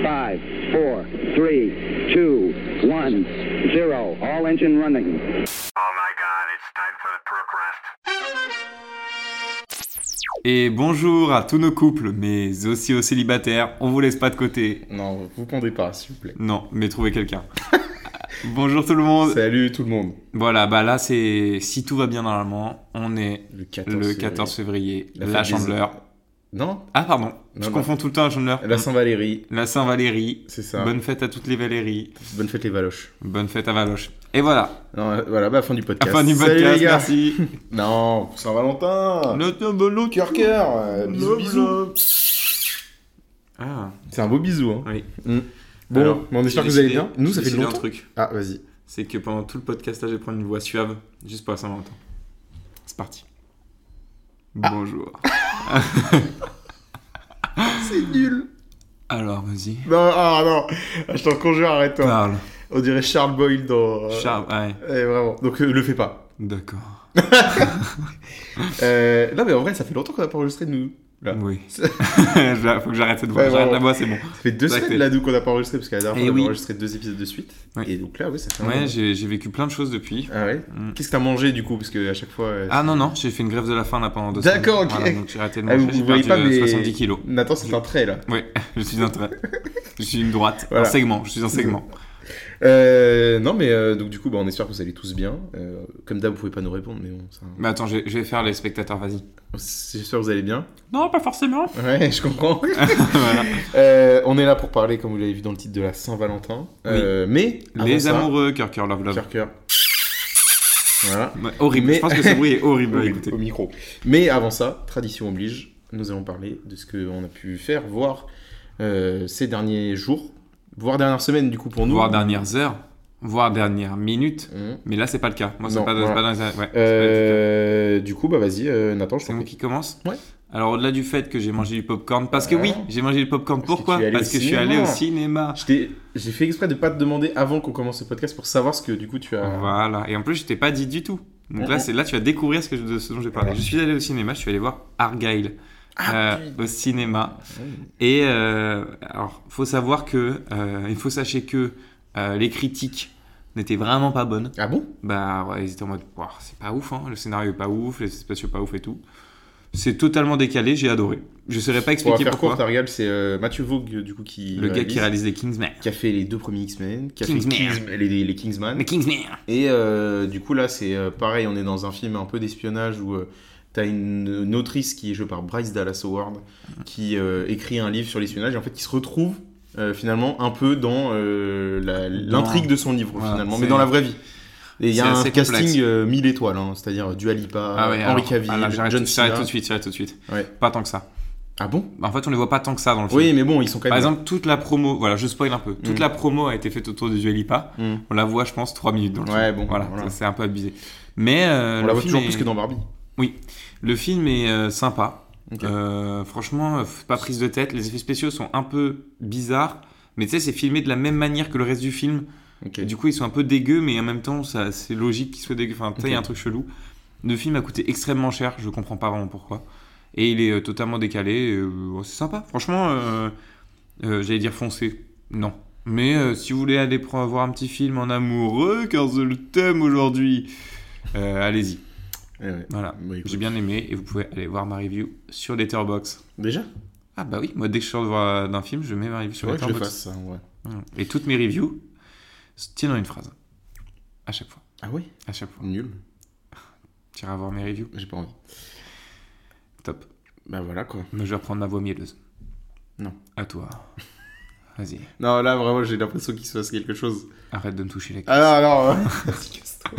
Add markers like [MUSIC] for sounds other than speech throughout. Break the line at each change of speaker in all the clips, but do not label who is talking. Five, four, three, two, one, zero. All engine running.
Oh my god, it's time for the perk rest.
Et bonjour à tous nos couples, mais aussi aux célibataires, on vous laisse pas de côté.
Non, vous pendez pas, s'il vous plaît.
Non, mais trouvez
[LAUGHS]
quelqu'un. bonjour tout le monde.
Salut tout le monde.
Voilà, bah là c'est si tout va bien normalement, on est
Le 14.
le
février.
14 février,
La
la,
fête des-
Chandeleur.
Non
Ah pardon, je
non.
confonds tout le temps la Chandeleur.
La Saint-Valérie,
La Saint-Valérie.
c'est ça.
Bonne fête à toutes les Valéries.
Bonne fête les Valoches.
Bonne fête à Valoche. Et voilà,
Non, euh, voilà, bah fin du
la
podcast.
fin du
Salut,
podcast,
les gars. [LAUGHS] Ah.
merci.
Non, pour Saint-Valentin.
Notre bolo-
Cœur cœur. euh, bisous, bisous.
Ah,
C'est un beau bisou. Hein.
oui.
Bon,
Alors,
mais on espère
j'ai
que vous allez
décidé-
bien. Nous, ça
j'ai
fait
décidé un
longtemps.
truc.
Ah, vas-y.
C'est que pendant tout le podcast, là, je vais prendre une voix suave, juste pour la Saint-Valentin. C'est parti.
Ah.
Bonjour.
C'est nul.
Alors, vas-y.
Non, ah non. Ah, Je t'en conjure, arrête-toi.
Parle.
On dirait Charles Boyle dans. euh,
Ah. Charles, ouais,
eh, vraiment. Donc, euh, le fais pas.
d'accord.
Euh, non, mais en vrai, ça fait longtemps qu'on a pas enregistré, nous. Là. [LAUGHS]
Oui. [LAUGHS] Faut que j'arrête cette voix.
Ouais,
j'arrête
vraiment.
la voix, c'est bon.
Ça fait deux
C'est vrai que
semaines, là, nous, qu'on n'a pas enregistré, parce qu'à la dernière
Eh
fois, on
oui.
a enregistré deux épisodes de suite.
Ouais.
Et donc là, oui, ça fait un moment.
Ouais, j'ai j'ai vécu plein de choses depuis.
Ah ouais
Mm.
Qu'est-ce que t'as mangé du coup Parce que à chaque fois. euh,
Ah non, non, j'ai fait une grève de la faim là pendant deux
D'accord,
semaines.
ok.
Voilà, donc j'ai arrêté de
Ah,
manger,
vous-
j'ai
vous voyez
perdu
pas,
euh,
mais-
70
[LAUGHS]
kilos.
Nathan, c'est un trait là.
Oui, je suis un trait. Je suis une droite,
Voilà.
un segment, je suis un segment.
Euh, non, mais euh, donc du coup, bah, on espère que vous allez tous bien. Euh, comme d'hab, vous pouvez pas nous répondre, mais bon, ça...
Mais attends, je vais, je vais faire les spectateurs, vas-y.
j'espère que vous allez bien.
Non, pas forcément.
Ouais, je [LAUGHS] comprends.
Voilà.
Euh, on est là pour parler, comme vous l'avez vu dans le titre, de la Saint-Valentin. Euh, mais
Les
avant ça,
amoureux, cœur, cœur, love, love.
cœur, cœur. Voilà.
Ouais, horrible,
Mais-
je pense que ce bruit est
[LAUGHS]
horrible à
Au-
écouter.
au micro. Mais avant ça, tradition oblige, nous allons parler de ce qu'on a pu faire, voir euh, ces derniers jours, voire dernière semaine du coup pour nous. hein.
Voire dernières heures, voire dernières minutes.
Mmh.
Mais là, c'est pas le cas. Moi, c'est
Non,
pas, c'est
voilà.
pas dans les... ouais, c'est pas du tout.
Euh, du coup, bah vas-y, euh, Nathan, je
C'est
t'en
moi
prie.
qui commence
Ouais.
Alors, au-delà du fait que j'ai mangé du popcorn, parce que oui,
Ouais.
j'ai mangé du popcorn.
Parce que
Pourquoi
tu es allé
Parce
au
que je suis allé au cinéma.
cinéma. Je t'ai- J'ai fait exprès de pas te demander avant qu'on commence ce podcast pour savoir ce que du coup tu as.
Voilà. Et en plus, je t'ai pas dit du tout. Donc là,
Mhm.
c'est là, tu vas découvrir ce, que je- de ce dont j'ai parlé.
Ouais.
Je suis allé au cinéma, je suis allé voir Argyle
Ah,
euh,
putain.
au cinéma.
Mmh.
Et euh, alors, faut savoir que, euh, il faut sachez que euh, les critiques n'étaient vraiment pas bonnes.
Ah bon
Bah ouais, ils étaient en mode, Ouah, c'est pas ouf, hein, le scénario est pas ouf, les spatiaux pas ouf et tout. C'est totalement décalé, j'ai adoré. Je saurais pas
Pour
expliquer
faire
pourquoi.
court, Ariel, c'est euh, Mathieu Vogue du coup qui.
le gars qui réalise les Kingsman.
Qui a fait les deux premiers X-Men, qui a
Kingsman.
fait Kings- les, les Kingsman.
Les Kingsman
Et euh, du coup, là, c'est euh, pareil, on est dans un film un peu d'espionnage où euh, t'as une, une autrice qui est jouée par Bryce Dallas Howard qui euh, écrit un livre sur l'espionnage et en fait, qui se retrouve euh, finalement un peu dans euh, la- l'intrigue de son livre,
Voilà,
finalement,
c'est-
mais dans la vraie vie. Et il y
c'est
a un
assez complexe. Ah
casting euh, mille étoiles, hein, c'est-à-dire Dua Lipa, Henri
alors,
Cavill,
alors, j'arrête
John
tout- j'arrête
Cena.
tout de suite, j'arrête tout de suite.
Ouais.
Pas tant que ça. Bah,
Ah bon
En fait, on les voit pas tant que ça dans le film.
Oui, mais bon, ils sont quand
Par
même.
exemple, toute la promo, voilà, je spoil un peu. Toute
Mm.
la promo a été faite autour de Dualipa.
Mm.
On la voit, je pense, 3 minutes dans le
Ouais,
film.
bon,
voilà,
voilà.
ça, c'est un peu abusé. Mais euh,
on
le
la voit
film
toujours
est-
plus que dans Barbie.
Le film est euh, sympa.
Ok.
Euh, franchement, euh, pas prise de tête. Les effets spéciaux sont un peu bizarres. Mais tu sais, c'est filmé de la même manière que le reste du film.
Ok.
Et du coup, ils sont un peu dégueux, mais en même temps, ça- c'est logique qu'ils soient dégueux. Enfin, tu sais, il y a un
Ok.
truc chelou. Le film a coûté extrêmement cher, je comprends pas vraiment pourquoi. Et il est euh, totalement décalé. et, euh, c'est sympa. Franchement, euh, euh, j'allais dire foncé. Non. Mais euh, si vous voulez aller pre- voir un petit film en amoureux, car je le thème aujourd'hui, euh, allez-y.
Eh ouais.
Voilà.
Bah, écoute.
J'ai bien aimé et vous pouvez aller voir ma review sur Letterboxd.
Déjà
Ah bah oui, moi dès que je sors de voir- d'un film, je mets ma review
Tu
sur
vois que je le
Letterboxd.
fasse, ça, en vrai.
Voilà. Et toutes mes reviews se tiennent en une phrase. À chaque fois.
Ah oui
À chaque fois.
Nul.
Tu iras voir mes reviews.
J'ai pas envie.
Top.
Bah voilà quoi.
Mais je vais reprendre ma voix mielleuse.
Non.
À
[LAUGHS]
toi. Vas-y.
Non, là vraiment, j'ai l'impression qu'il se passe quelque chose.
Arrête de me toucher la
Alors, alors.
[LAUGHS]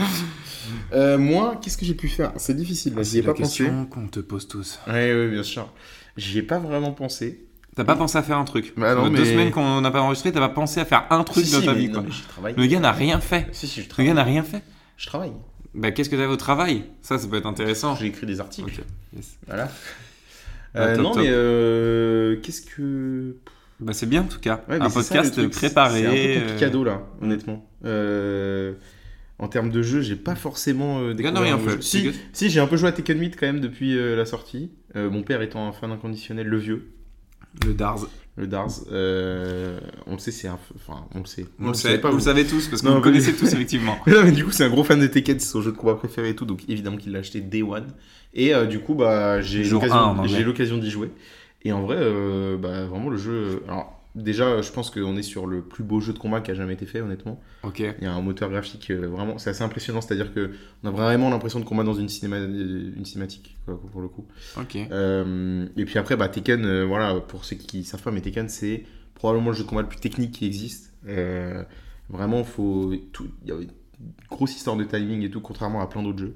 euh, moi, qu'est-ce que j'ai pu faire C'est difficile, là, j'y ai
Ah, la
pas pensé.
question qu'on te pose tous.
Ouais, ouais, bien sûr. J'y ai pas vraiment pensé.
T'as pas pensé à faire un truc.
Mm. Bah non,
Ça fait Deux
mais-
semaines qu'on n'a pas enregistré, t'as pas pensé à faire un truc
Si,
dans
si,
ta
mais
vie.
non,
Quoi.
mais je travaille.
Le gars n'a rien fait.
Si, si, je
Le gars
travaille.
n'a rien fait.
Je travaille.
Bah qu'est-ce que t'avais au travail Ça, ça peut être intéressant.
J'ai écrit des articles.
Ok. Yes.
Voilà.
Bah,
Euh,
top,
non,
top.
mais euh, qu'est-ce que.
Bah c'est bien en tout cas.
Ouais, mais
un
c'est ça,
podcast
le truc,
préparé.
C'est un peu
euh,
compliqué cadeau là, honnêtement. Euh, en termes de jeu, j'ai pas forcément euh,
gars n'a
découvert
rien
un nouveau
fait,
jeu.
c'est
Si,
good.
si, j'ai un peu joué à Tekken 8 quand même depuis euh, la sortie. Euh, mon père étant un fan inconditionnel, le vieux,
Le Darz.
le Darz. euh, on on le sait, c'est un. Enfin, on le sait.
Vous, le,
le
savez,
savez
pas, vous le savez tous, parce que
Non,
vous le
mais-
connaissez tous, effectivement.
[LAUGHS] Mais non, mais du coup, c'est un gros fan de Tekken, c'est son jeu de combat préféré et tout, donc évidemment qu'il l'a acheté Day One. Et euh, du coup, bah, j'ai
Jour un, en
l'occasion,
anglais.
j'ai l'occasion d'y jouer. Et en vrai, euh, bah, vraiment, le jeu. Alors, déjà, je pense qu'on est sur le plus beau jeu de combat qui a jamais été fait, honnêtement.
Ok.
Il y a un moteur graphique euh, vraiment, c'est assez impressionnant, c'est-à-dire que on a vraiment l'impression de combattre dans une, cinéma, euh, une cinématique, quoi, pour le coup.
Ok.
Euh, et puis après, bah, Tekken, euh, voilà, pour ceux qui savent pas, mais Tekken, c'est probablement le jeu de combat le plus technique qui existe. Euh, vraiment, faut tout- il y a une grosse histoire de timing et tout, contrairement à plein d'autres jeux.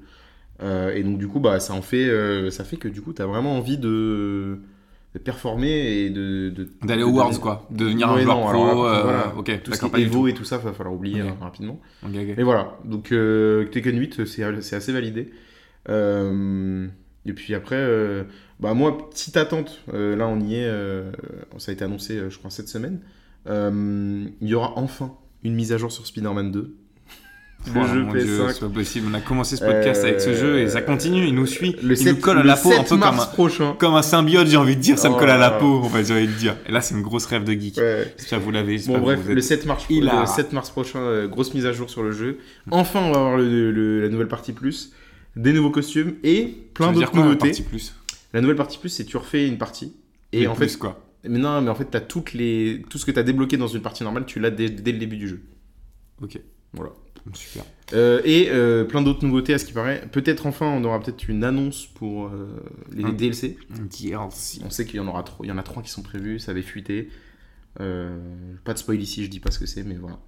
Euh, et donc du coup, bah, ça en fait, euh, ça fait que du coup, t'as vraiment envie de, de performer et de, de-
D'aller
de-
aux Worlds, quoi. Devenir un
Ouais,
joueur
non,
pro.
alors là,
euh,
voilà,
ok,
tout ce qui
d'accord,
est
pas du tout.
Evo et tout ça, va falloir oublier
Ok.
hein, rapidement.
Ok, ok.
Et voilà, donc euh, Tekken 8, c'est c'est assez validé. Euh, et puis après, euh, bah moi, petite attente, euh, là on y est, euh, ça a été annoncé euh, je crois cette semaine, Euh, il y aura enfin une mise à jour sur
[LAUGHS]
Spider-Man 2. Le
Oh,
jeu
mon Dieu,
PS5.
c'est pas possible. On a commencé ce podcast avec ce jeu et ça
Euh,
continue. Il nous suit.
Le
il nous colle à
le
la peau un
7
peu comme
mars
un,
prochain.
comme un symbiote, j'ai envie de dire. Ça me
Oh
colle à la
là là.
peau, en fait, j'ai envie de dire. Et là, c'est une grosse rêve de geek.
Ouais.
J'espère que vous l'avez. j'espère
Bon
que
bref,
vous êtes-
le 7 mars,
Il
le
a-
7 mars prochain, euh, grosse mise à jour sur le jeu. Enfin, on va avoir le- le- la nouvelle partie plus, des nouveaux costumes et
Ça
plein
veut dire
d'autres
quoi,
nouveautés.
partie plus
La nouvelle partie plus, c'est tu refais une partie. Et
Mais
en
plus,
fait,
quoi.
mais non, mais en fait, t'as toutes les, tout ce que t'as débloqué dans une partie normale, tu l'as dès, dès le début du jeu.
Ok.
Voilà.
Super.
Euh, et euh, plein d'autres nouveautés à ce qui paraît. Peut-être enfin, on aura peut-être une annonce pour euh, les
Un-
DLC.
DLC.
On sait qu'il y en aura trois. Il y en a trois qui sont prévus. Ça avait fuité. Euh, pas de spoil ici, je dis pas ce que c'est, mais voilà.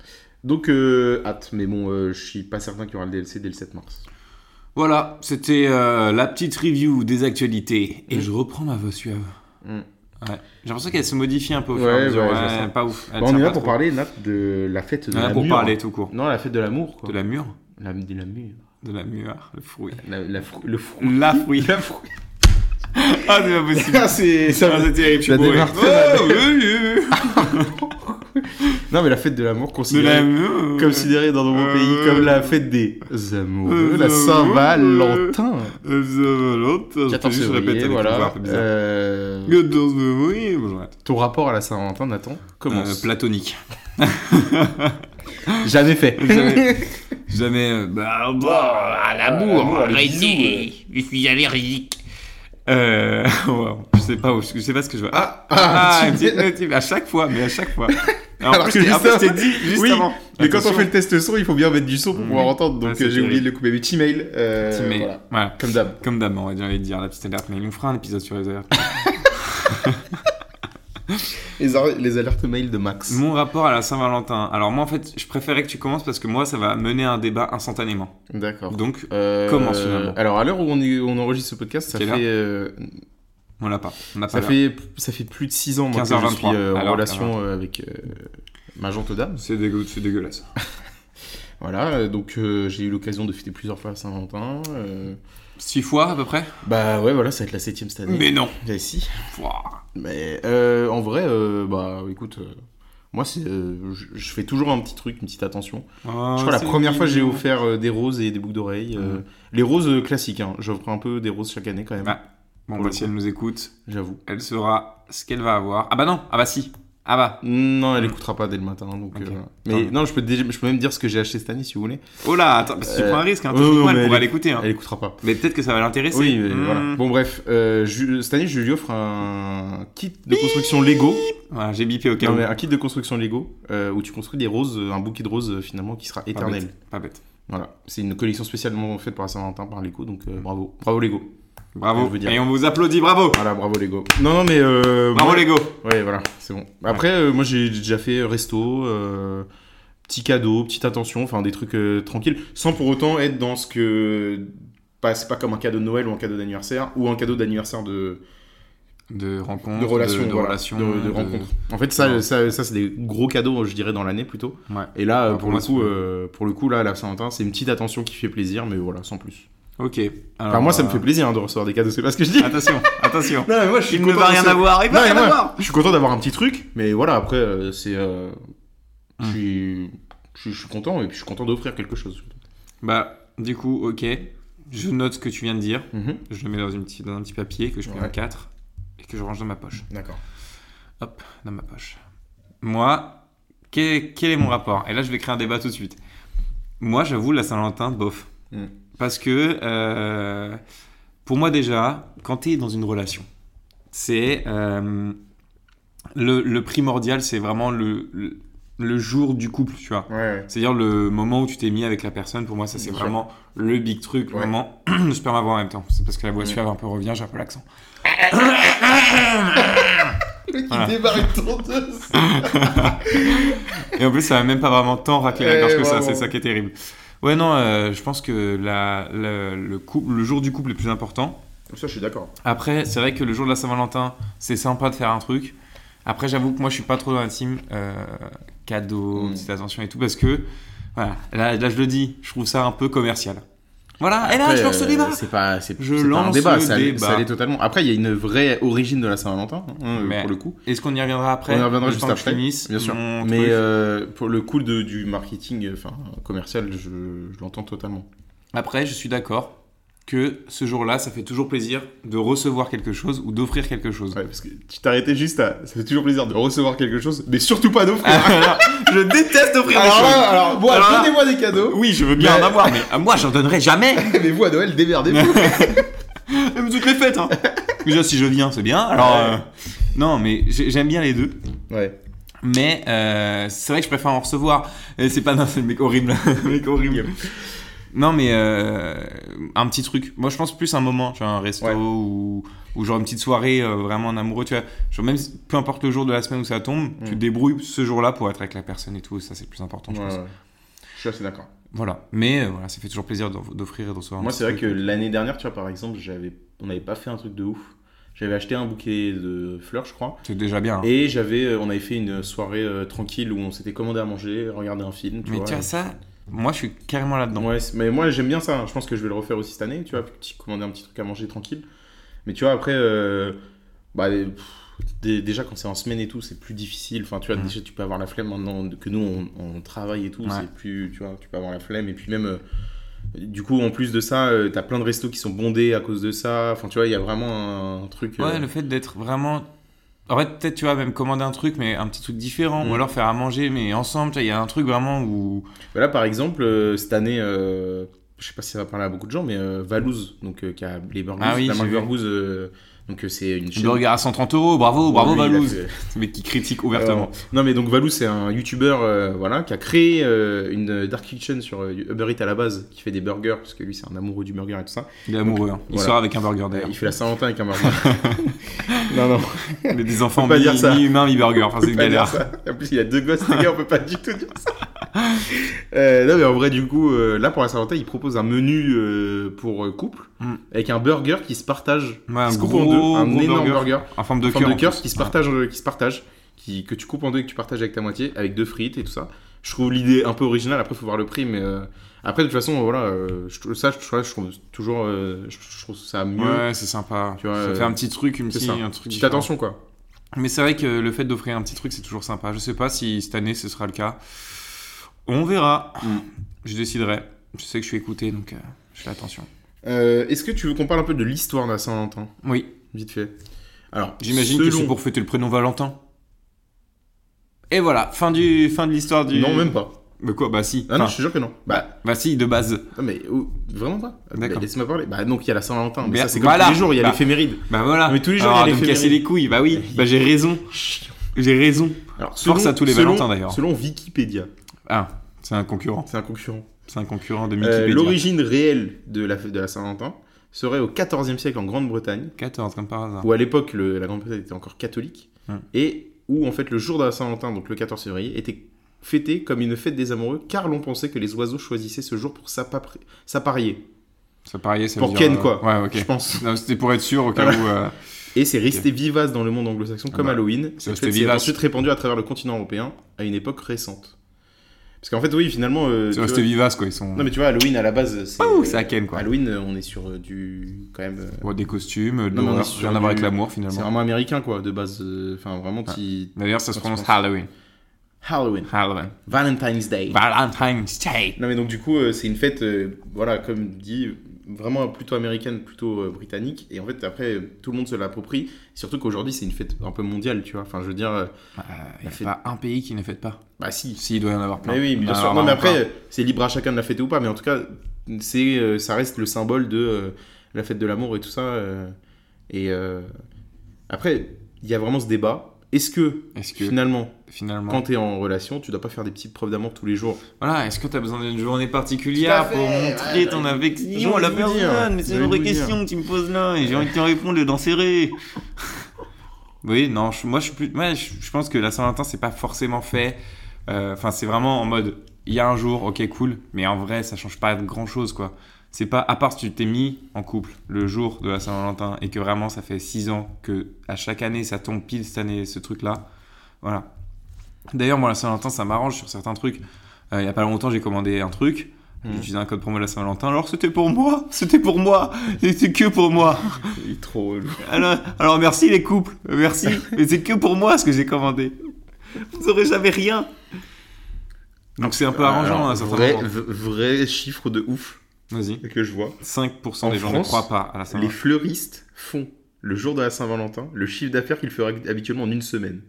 Donc euh, hâte. Mais bon, euh, je suis pas certain qu'il y aura le DLC dès le 7 mars.
Voilà, c'était euh, la petite review des actualités. Et
Mm.
je reprends ma voix suave.
Mm.
Ouais. J'ai l'impression qu'elle se modifie un peu au fur et
Ouais,
à mesure.
ouais, je
Ouais,
sens.
pas ouf. Elle
Bah, on
tient
est là
pas Ah,
pour
trop.
parler Nat, de la fête de
On est là
la
pour
mûre.
parler tout court.
Non, la fête de l'amour. quoi.
De la mûre
La, de la mûre.
De la mûre, le fruit.
La, la frou- le frou-
La fruit.
[LAUGHS] La frou-
Ah, c'est pas possible.
[LAUGHS]
[LAUGHS]
Ah, c'est ça.
Ah, c'est terrible, je suis
la
bourré.
démarre très Ah,
Oh, oui, oui, oui.
Non, mais la fête de l'amour
De la
considérée,
mûre.
considérée dans nos
Euh.
pays comme la fête des amoureux,
Euh,
la Saint-Valentin.
Euh, The Valentine.
14
Je répète
février,
avec une voix un
voilà.
peu bizarre.
Euh,
Le 12 février, voilà.
ton rapport à la Saint-Valentin, Nathan,
Euh,
commence.
platonique.
Jamais fait.
Jamais.
[LAUGHS]
Jamais. euh, bah, bah, à l'amour.
Arrêtez, je suis allergique.
Euh, [LAUGHS] ouais, je sais pas, où- je sais pas ce que je veux. Ah,
ah,
ah,
tu
une petite
viens-
notif, à chaque fois, mais à chaque
[LAUGHS]
fois.
Alors que juste
je t'ai
avant-
dit juste
Oui,
avant.
Mais quand on
Attention.
fait le test son, il faut bien mettre du son pour
Oui.
pouvoir entendre.
Ah,
Donc
c'est
euh, j'ai oublié
terrible.
de le couper. Mais petit mail, euh,
Petit mail.
voilà.
Voilà.
comme d'hab.
Comme d'hab, on va dire, j'allais dire la petite alerte, mais il nous fera un épisode sur les alertes.
Ah, Les, ar- les alertes mail de Max.
Mon rapport à la Saint-Valentin. Alors moi, en fait, je préférais que tu commences parce que moi, ça va mener à un débat instantanément.
D'accord.
Donc,
Euh,
Commence, finalement.
Alors à l'heure où on, est- on enregistre ce podcast, ça
Quelle
fait euh,
on l'a pas. On n'a pas
Ça
l'heure.
fait, ça fait plus de 6 ans moi, que
15h23,
je suis euh, en
alors,
relation euh, avec euh, ma jante dame.
C'est dégueu- c'est dégueulasse.
Voilà, euh, donc euh, j'ai eu l'occasion de fêter plusieurs fois à Saint-Valentin. euh,
Six fois à peu près
bah ouais, voilà, ça va être la septième cette année.
Mais non.
Bah, si.
Pouah.
Mais euh, en vrai, euh, bah écoute, euh, moi c'est, euh, je je fais toujours un petit truc, une petite attention.
Oh,
je crois la première fois j'ai offert euh, des roses et des boucles d'oreilles. euh, Les roses euh, classiques, hein. j'offre un peu des roses chaque année quand même,
Ah. Bon,
Pour
bah,
le
si
coup.
elle nous écoute,
j'avoue.
elle saura ce qu'elle va avoir. Ah bah non, ah bah si. Ah bah.
Non, elle écoutera pas dès le matin. Donc,
Ok.
euh, voilà. mais
Ah.
non, je peux, déjà- je peux même dire ce que j'ai acheté cette année si vous voulez.
Oh là, attends, parce que tu
Euh,
prends un risque, hein.
non,
techniquement,
non, mais
elle
elle
pourra
est-
l'écouter. hein.
Elle écoutera pas.
Mais peut-être que ça va l'intéresser.
Oui, mais
Hmm.
voilà. Bon, bref, euh, je- cette année, je lui offre un kit de construction Lego.
Voilà, j'ai bipé au cas
Non,
où.
mais un kit de construction Lego euh, où tu construis des roses, euh, un bouquet de roses euh, finalement qui sera
Pas
éternel.
Ah, bête, Pas bête.
Voilà, c'est une collection spécialement faite par Saint-Valentin par Lego, donc euh, bravo, bravo Lego. Je
Bravo.
veux dire.
Et on vous applaudit, bravo.
Voilà, bravo Lego. Non, non, mais euh,
Bravo
moi-
Lego.
Ouais, voilà, c'est bon. Après, euh, moi j'ai déjà fait resto, euh, petit cadeau, petite attention, enfin des trucs euh, tranquilles, sans pour autant être dans ce que pas c'est pas comme un cadeau de Noël ou un cadeau d'anniversaire ou un cadeau d'anniversaire de
De rencontre.
de relations,
Ah, De,
voilà,
relations,
de, de
de-
rencontres. En fait, ça,
Ouais.
ça, ça, c'est des gros cadeaux, je dirais, dans l'année plutôt.
Ouais.
Et là,
Ouais,
pour,
pour
le
moi,
coup,
c'est-
euh, pour le coup, là, la Saint-Valentin, c'est une petite attention qui fait plaisir, mais voilà, sans plus.
Ok. Alors,
Enfin, moi, ça me
euh,
fait plaisir hein, de recevoir des cadeaux, c'est pas ce que je dis. [LAUGHS]
Attention, attention.
Non, mais moi, je suis
Il ne
content
va
de
rien
recevoir-
avoir. Il
Non,
va
mais
rien
moi,
avoir.
Je suis content d'avoir un petit truc, mais voilà, après, euh, c'est. euh, je
Hmm.
suis- Je suis je suis content et puis je suis content d'offrir quelque chose.
Bah, du coup, ok. Je note ce que tu viens de dire.
Mhm.
Je le mets dans, une petite- dans un petit papier que je mets à
Ouais.
4 et que je range dans ma poche.
D'accord.
Dans ma poche. Moi, Quel, quel est mon rapport Et là, je vais créer un débat tout de suite. Moi, j'avoue, la Saint-Valentin, bof.
Mm.
Parce que, euh, pour moi déjà, quand tu es dans une relation, c'est... euh, le, le primordial, c'est vraiment le, le, le jour du couple, tu vois.
Ouais, ouais.
C'est-à-dire le moment où tu t'es mis avec la personne, pour moi, ça c'est
Bien sûr.
vraiment le big truc.
Ouais. Mm.
Vraiment, [CLEARS THROAT] je perds ma voix en même temps. C'est parce que la voix
Ouais.
suave un peu revient, j'ai un peu l'accent.
Le mec,
Voilà.
Il débarre une tondeuse.
Et en plus, ça va même pas vraiment tant racler la
Eh,
gorge que ça,
vraiment.
c'est ça qui est terrible. Ouais, non, euh, je pense que la, la- le, couple, le jour du couple est plus important.
[LAUGHS] Ça, je suis d'accord.
Après, c'est vrai que le jour de la Saint-Valentin, c'est sympa de faire un truc. Après, j'avoue que moi, je suis pas trop dans la team euh, cadeau,
Mm.
petite attention et tout, parce que, voilà, là, là, je le dis, je trouve ça un peu commercial. Voilà, Ah, et là,
Après,
je lance le
euh,
débat
C'est pas, c'est,
Je
c'est pas un
lance
débat,
le
ça, l'est-
débat.
ça l'est totalement. Après, il y a une vraie origine de la Saint-Valentin, hein,
Mais-
pour le coup.
Est-ce qu'on y reviendra après
On y reviendra
Le
juste
temps que je
après,
finisse
Bien sûr.
mon
Mais
truc.
euh, pour le coup de, du marketing euh, enfin, commercial, je, je l'entends totalement.
Après, je suis d'accord que ce jour-là, ça fait toujours plaisir de recevoir quelque chose ou d'offrir quelque chose.
Ouais, parce que tu t'arrêtais juste à. Ça fait toujours plaisir de recevoir quelque chose, mais surtout pas d'offrir. [LAUGHS]
Alors, je déteste offrir des
alors,
choses.
là, alors, moi,
Alors Ah, là-
donnez-moi des cadeaux. [LAUGHS]
Oui, je veux bien
Mais-
en avoir, mais à moi, j'en donnerai jamais.
mais vous, à Noël, démerdez-vous.
[LAUGHS] Même toutes les fêtes. Hein. [LAUGHS] Déjà, si je viens, c'est bien. Alors,
Ouais.
euh, non, mais j'ai- j'aime bien les deux.
ouais.
Mais euh, c'est vrai que je préfère en recevoir. Et C'est pas non, c'est le mec horrible, [LAUGHS] le mec horrible. Non, mais euh, un petit truc. Moi, je pense plus un moment, genre un resto
Ouais.
ou, ou genre une petite soirée euh, vraiment en amoureux. Tu vois, genre même si- peu importe le jour de la semaine où ça tombe, tu te débrouilles ce jour-là pour être avec la personne et tout. Ça, c'est le plus important, je
Ouais,
pense.
ouais. Je suis assez d'accord.
Voilà. Mais euh, voilà, ça fait toujours plaisir d'off- d'offrir et de recevoir. un
Moi,
petit
c'est vrai que
truc.
l'année dernière, tu vois, par exemple, j'avais... on n'avait pas fait un truc de ouf. J'avais acheté un bouquet de fleurs, je crois.
c'est déjà bien. hein.
Et j'avais, euh, on avait fait une soirée euh, tranquille où on s'était commandé à manger, regardé un film. Tu
mais
vois,
tu vois, ça, moi, je suis carrément là-dedans.
Ouais, c'est- mais moi j'aime bien ça. hein. Je pense que je vais le refaire aussi cette année. Tu vois, petit, commander un petit truc à manger tranquille. Mais tu vois, après, euh, bah, euh, pff, dé- déjà quand c'est en semaine et tout, c'est plus difficile. Enfin, tu vois,
Mhm.
déjà tu peux avoir la flemme maintenant que nous on, on travaille et tout.
Ouais.
C'est plus, tu vois, tu peux avoir la flemme. Et puis même, euh, du coup, en plus de ça, euh, t'as plein de restos qui sont bondés à cause de ça. Enfin, tu vois, il y a vraiment un truc. euh,
Ouais, le fait d'être vraiment. En fait, peut-être, tu vois, même commander un truc, mais un petit truc différent,
Mm.
ou alors faire à manger, mais ensemble, tu vois, il y a un truc vraiment où.
Voilà, par exemple, euh, cette année, euh, je sais pas si ça va parler à beaucoup de gens, mais euh, Valouz, donc euh, qui a les burgers,
Ah oui,
la
j'ai
marque
vu.
Burgers, euh, donc euh, c'est une chaîne.
Burger à 130 euros, bravo,
Bon,
Oh, bravo,
lui, Ah il a
Valouz.
fait-
Mais qui critique ouvertement.
Euh, non mais donc Valouz c'est un youtubeur euh, voilà qui a créé euh, une euh, dark kitchen sur euh, Uber Eats à la base qui fait des burgers parce que lui c'est un amoureux du burger et tout ça.
Il est amoureux, hein. il
voilà.
sort avec un burger
Euh,
d'ailleurs.
il fait la Saint-Valentin avec un
[LAUGHS]
burger. non non.
Mais
[LAUGHS]
des enfants
pas
mi,
dire ça.
mi humain, mi burger, enfin,
On
c'est
peut
une
pas dire
galère.
ça. En plus, il a deux gosses, les gars, on peut pas du tout dire ça. [LAUGHS] Euh, non, mais en vrai, du coup, euh, là, pour la Saint-Valentin, il propose un menu euh, pour euh, couple
Mm.
avec un burger qui se partage.
Ouais,
qui
un
se coupe en
gros,
deux, un
gros
énorme burger,
burger. En forme de
en forme
cœur.
de
en
cœur
plus.
qui se
Ouais.
partage, euh, qui se partage, qui, que tu coupes en deux et que tu partages avec ta moitié, avec deux frites et tout ça. Je trouve l'idée un peu originale. Après, faut voir le prix, mais euh, après, de toute façon, voilà, euh, je trouve- ça, je, trouve- je trouve toujours, euh, je, je trouve ça mieux.
Ouais, c'est sympa.
Tu vois,
ça
euh,
fait un petit truc, une
c'est
petite,
ça.
un truc.
Petite
différent.
attention, quoi.
Mais c'est vrai que le fait d'offrir un petit truc, c'est toujours sympa. Je sais pas si cette année ce sera le cas. On verra.
Mm.
Je déciderai. Je sais que je suis écouté, donc euh, je fais attention.
Euh, Est-ce que tu veux qu'on parle un peu de l'histoire de la Saint-Valentin
Oui,
Vite fait. Alors,
j'imagine que
selon-
c'est pour fêter le prénom Valentin. Et voilà, fin, du, fin de l'histoire du.
Non, même pas.
Mais quoi Bah si.
Ah non,
Enfin,
je te jure que non. Bah,
bah si, de base.
non, mais oh, vraiment pas.
D'accord.
Bah, Laisse-moi parler. Bah, donc, il y a la Saint-Valentin. Mais
Mais
ça, c'est comme
voilà.
tous les jours, il y a
Bah.
l'éphéméride.
Bah voilà.
Mais tous les jours,
Alors,
il y a
de me
l'éphéméride.
casser les couilles. Bah oui, bah j'ai
[LAUGHS]
raison. J'ai raison.
Alors,
Force à tous les
selon-
Valentins, d'ailleurs.
Selon Wikipédia,
Ah, c'est un concurrent.
c'est un concurrent.
C'est un concurrent de
Euh,
Wikipédia.
L'origine réelle de la, de la Saint-Valentin serait au XIVe siècle en Grande-Bretagne,
14, comme par hasard.
où à l'époque, le- la Grande-Bretagne était encore catholique,
Hmm.
et où, en fait, le jour de la Saint-Valentin, donc le 14 février, était fêté comme une fête des amoureux, car l'on pensait que les oiseaux choisissaient ce jour pour s'appapri- s'apparier.
Ça pariait, ça veut
Pour
dire,
Ken,
euh,
quoi.
Ouais, ok. [LAUGHS]
Je pense. Ah
Non, C'était pour être sûr au cas où. euh,
Et c'est resté vivace dans le monde anglo-saxon comme
bah,
Halloween.
c'est
Cette
resté
fête s'est
vivace.
ensuite répandue à travers le continent européen à une époque récente. Parce qu'en fait, oui, finalement. euh,
C'est
tu
resté
vois-
vivace, quoi. Ils sont.
Non, mais tu vois, Halloween à la base, c'est.
Ouh,
euh,
c'est à Ken, quoi.
Halloween, euh, on est sur euh, du. quand même. euh,
Ouais, des costumes, de
Non, mais on est
l'horreur.
sur
Rien à voir
du-
avec l'amour,
c'est
finalement.
vraiment américain, quoi, de base. euh, Enfin, vraiment, petit.
D'ailleurs, ça se prononce
Parce
Halloween.
Halloween.
Halloween.
Valentine's Day.
Valentine's Day.
non, mais donc, du coup, euh, c'est une fête, euh, voilà, comme dit, vraiment plutôt américaine, plutôt euh, britannique. Et en fait, après, euh, tout le monde se l'approprie. Surtout qu'aujourd'hui, c'est une fête un peu mondiale, tu vois. Enfin, je veux dire, euh,
Euh, il n'y a
fait-
pas un pays qui ne fête pas.
bah si.
Si, il doit y en avoir plein.
Mais oui, bien
Alors,
sûr. Non,
en
mais
avoir
après, euh, c'est libre à chacun de la fêter ou pas. Mais en tout cas, c'est, euh, ça reste le symbole de euh, la fête de l'amour et tout ça. euh, et euh, après, il y a vraiment ce débat. Est-ce que,
plein. Est-ce que
finalement,
finalement.
quand tu es en relation, tu dois pas faire des petites preuves d'amour tous les jours
Voilà, est-ce que tu as besoin d'une journée particulière pour montrer ton affection à la
J'allais vous dire,
personne Mais c'est
j'allais
une vraie
vous dire.
question que tu me poses là et j'ai envie de te répondre le dents serrées. [LAUGHS] oui, non, je- moi je suis plus. ouais, je, je pense que la Saint-Valentin, c'est pas forcément fait. Euh, Enfin, c'est vraiment en mode il y a un jour, ok, cool, mais en vrai, ça change pas grand chose quoi. C'est pas, à part si tu t'es mis en couple le jour de la Saint-Valentin et que vraiment ça fait 6 ans que à chaque année ça tombe pile cette année, ce truc là. Voilà. D'ailleurs, moi, la Saint-Valentin, ça m'arrange sur certains trucs. Euh, il y a pas longtemps, j'ai commandé un truc.
Mm.
J'ai utilisé un code promo de la Saint-Valentin. Alors, c'était pour moi. C'était pour moi. C'était que pour moi.
[LAUGHS] Il est trop relou.
Alors, alors, merci les couples. Merci. Mais c'est que pour moi ce que j'ai commandé. Vous n'aurez jamais rien. Donc, c'est un peu arrangeant,
Alors,
hein, à certains
vrai,
moments.
v- vrai chiffre de ouf
Vas-y.
que je vois.
5%
En
des gens ne
France,
croient pas à la
Les
Saint-Valentin.
fleuristes font le jour de la Saint-Valentin le chiffre d'affaires qu'ils feraient habituellement en une semaine.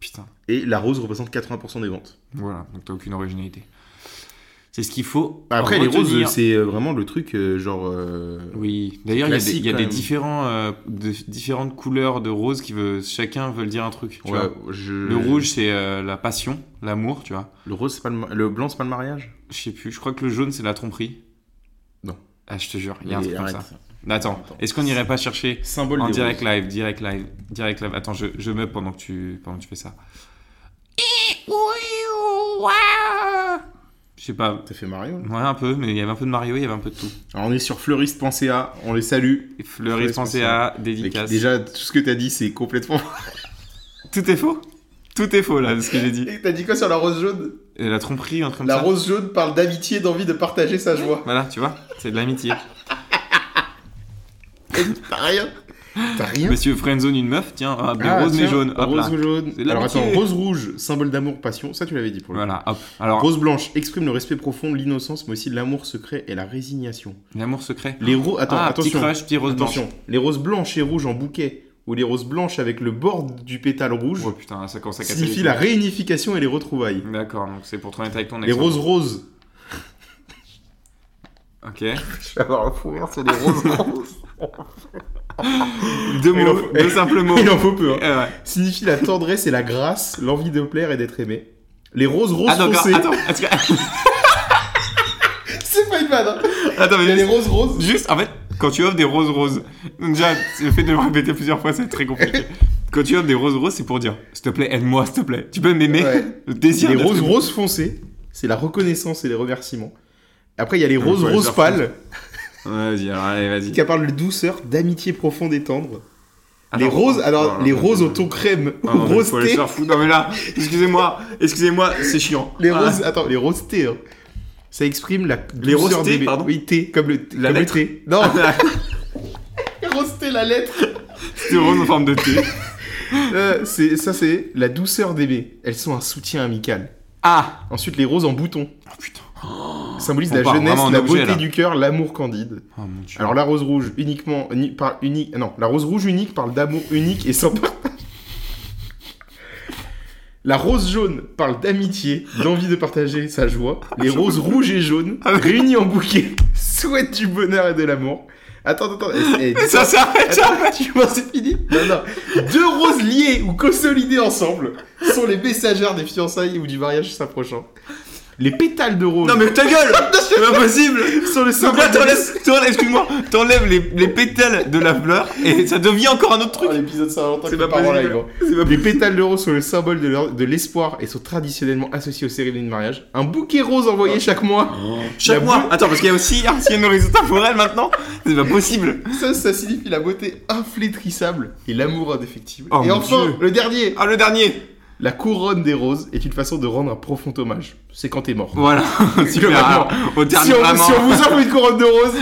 Putain.
Et la rose représente 80% des ventes.
Voilà. Donc, t'as aucune originalité. C'est ce qu'il faut.
Bah, Après, les
retenir.
roses, c'est euh, vraiment le truc, euh, genre. euh,
Oui, d'ailleurs, il y a des,
classique,
il y a
quand
des
même.
différents, euh, de- différentes couleurs de roses qui veut, chacun veut dire un truc. tu
ouais,
vois.
je-
Le rouge, c'est euh, la passion, l'amour, tu vois.
Le rose, c'est pas le, ma- le blanc, c'est pas le mariage
Je sais plus, je crois que le jaune, c'est la tromperie.
Non.
Ah, je te jure, il y a un
Mais
truc comme ça.
arrête.
Mais Attends,
Attends.
est-ce qu'on n'irait pas chercher
Symbole
en
des
direct
roses.
live, direct live, direct live Attends, je, je meuble pendant que tu, pendant que tu fais ça. Je sais pas,
T'as fait Mario là
ouais, un peu, mais il y avait un peu de Mario, il y avait un peu de tout.
Alors, on est sur fleuriste, pensez à, on les salue.
Et Fleuris,
Fleuris,
pensez à,
Mec,
dédicace.
déjà, tout ce que t'as dit, c'est complètement.
Tout est faux Tout est faux là, de ce que j'ai dit.
Et [LAUGHS] t'as dit quoi sur la rose jaune
Et la tromperie, un truc comme ça.
rose jaune parle d'amitié, d'envie de partager sa joie.
Voilà, tu vois, c'est de l'amitié.
T'as rien T'as rien
Monsieur friendzone une meuf, tiens, ah, mais rose mais
tiens,
jaune, hop
Rose
là.
ou jaune.
C'est de
Alors
l'amitié.
attends, rose rouge, symbole d'amour, passion, ça tu l'avais dit pour le coup.
Voilà, hop. Alors,
Rose blanche exprime le respect profond, l'innocence, mais aussi l'amour secret et la résignation.
l'amour secret.
Les roses, attends,
ah, petit
attention,
crush, petit rose
attention. Les roses blanches et rouges en bouquet ou les roses blanches avec le bord du pétale rouge
blanche. Oh putain, ça commence à casser.
signifie
les
la réunification et les retrouvailles.
couilles. D'accord, donc c'est pour te mettre avec ton ex. hein.
Les roses roses.
Ok.
Je vais avoir un fou rire sur les [LAUGHS] roses roses.
Deux
Il en
mots,
faut-
deux simples mots.
[LAUGHS] Il en faut peu. hein.
Euh, ouais.
Signifie la tendresse et la grâce, l'envie de plaire et d'être aimé. Les roses roses
Ah d'accord,
foncées.
attends, est-ce que- [LAUGHS]
[LAUGHS] C'est pas une vanne. hein.
attends,
Il y a
mais
les
juste,
roses roses.
juste, en fait, quand tu offres des roses roses, déjà, le fait de le répéter plusieurs fois, c'est très
[LAUGHS]
compliqué. Quand tu offres des roses roses, c'est pour dire, s'il te plaît, aide-moi, s'il te plaît. Tu peux m'aimer.
Ouais.
[LAUGHS] Le désir.
Les
d'être
roses
aimé.
roses foncées, c'est la reconnaissance et les remerciements. Après, il y a les roses
faut les
roses
faire
pâles,
Vas-y, alors allez, vas-y.
qui parlent de douceur, d'amitié profonde et tendre. les
Attends.
roses, alors,
Oh,
les
non,
roses
non,
au
non.
ton crème,
Ah non, mais
rose
faut aller
thé.
faire foutre. Non mais
[LAUGHS]
là, excusez-moi, excusez-moi, c'est chiant.
Les
Ah,
roses, attends, les roses thé. hein. Ça exprime la
Les roses
douceur
thé,
des-
pardon
Oui, thé, comme le,
La
comme le
lettre.
thé.
[LAUGHS]
Non, les roses thé, la lettre.
C'est rose en forme de thé.
Euh, c'est- ça, c'est la douceur d'aimer. Elles sont un soutien amical.
Ah
Ensuite, les roses en bouton
Oh putain.
symbolisent
On
la
part
jeunesse,
vraiment en
la
objet,
beauté
là.
du cœur, l'amour candide.
Oh mon dieu.
Alors la rose rouge uniquement uni- par unique non la rose rouge unique parle d'amour unique et sans partage. La rose jaune parle d'amitié, d'envie de partager sa joie. Les roses rouges et jaunes
Ah
réunies en bouquet [LAUGHS] souhaitent du bonheur et de l'amour. Attends attends eh, eh, dis-
Mais [LAUGHS] ça s'arrête
attends, [LAUGHS] tu vois c'est fini Non non deux roses liées ou consolidées ensemble sont les messagères des fiançailles ou du mariage s'approchant. Les pétales de rose
Non mais ta [LAUGHS] gueule C'est pas possible
[LAUGHS] sont
Donc là,
le symbole de
t'enlèves, t'enlèves- excuse-moi, t'enlèves les, les pétales de la fleur et ça devient encore un autre truc.
Oh, l'épisode Saint-Valentin
C'est
qui
pas
part en
possible.
live, hein. Les pétales de rose sont le symbole de leur- de l'espoir et sont traditionnellement associés aux cérémonies de mariage. Un bouquet rose envoyé chaque mois,
Chaque
La
mois.
boule-
Attends, parce qu'il y a aussi un ciel temporel maintenant. C'est pas possible.
ça, ça signifie la beauté inflétrissable et l'amour indéfectible.
Oh,
et
mon
enfin,
Dieu.
le dernier,
Ah, le dernier.
la couronne des roses est une façon de rendre un profond hommage. C'est quand t'es mort.
[LAUGHS] Voilà. Super.
Vraiment.
alors, au dernier
Si on,
vraiment.
si on vous offre une couronne de rose,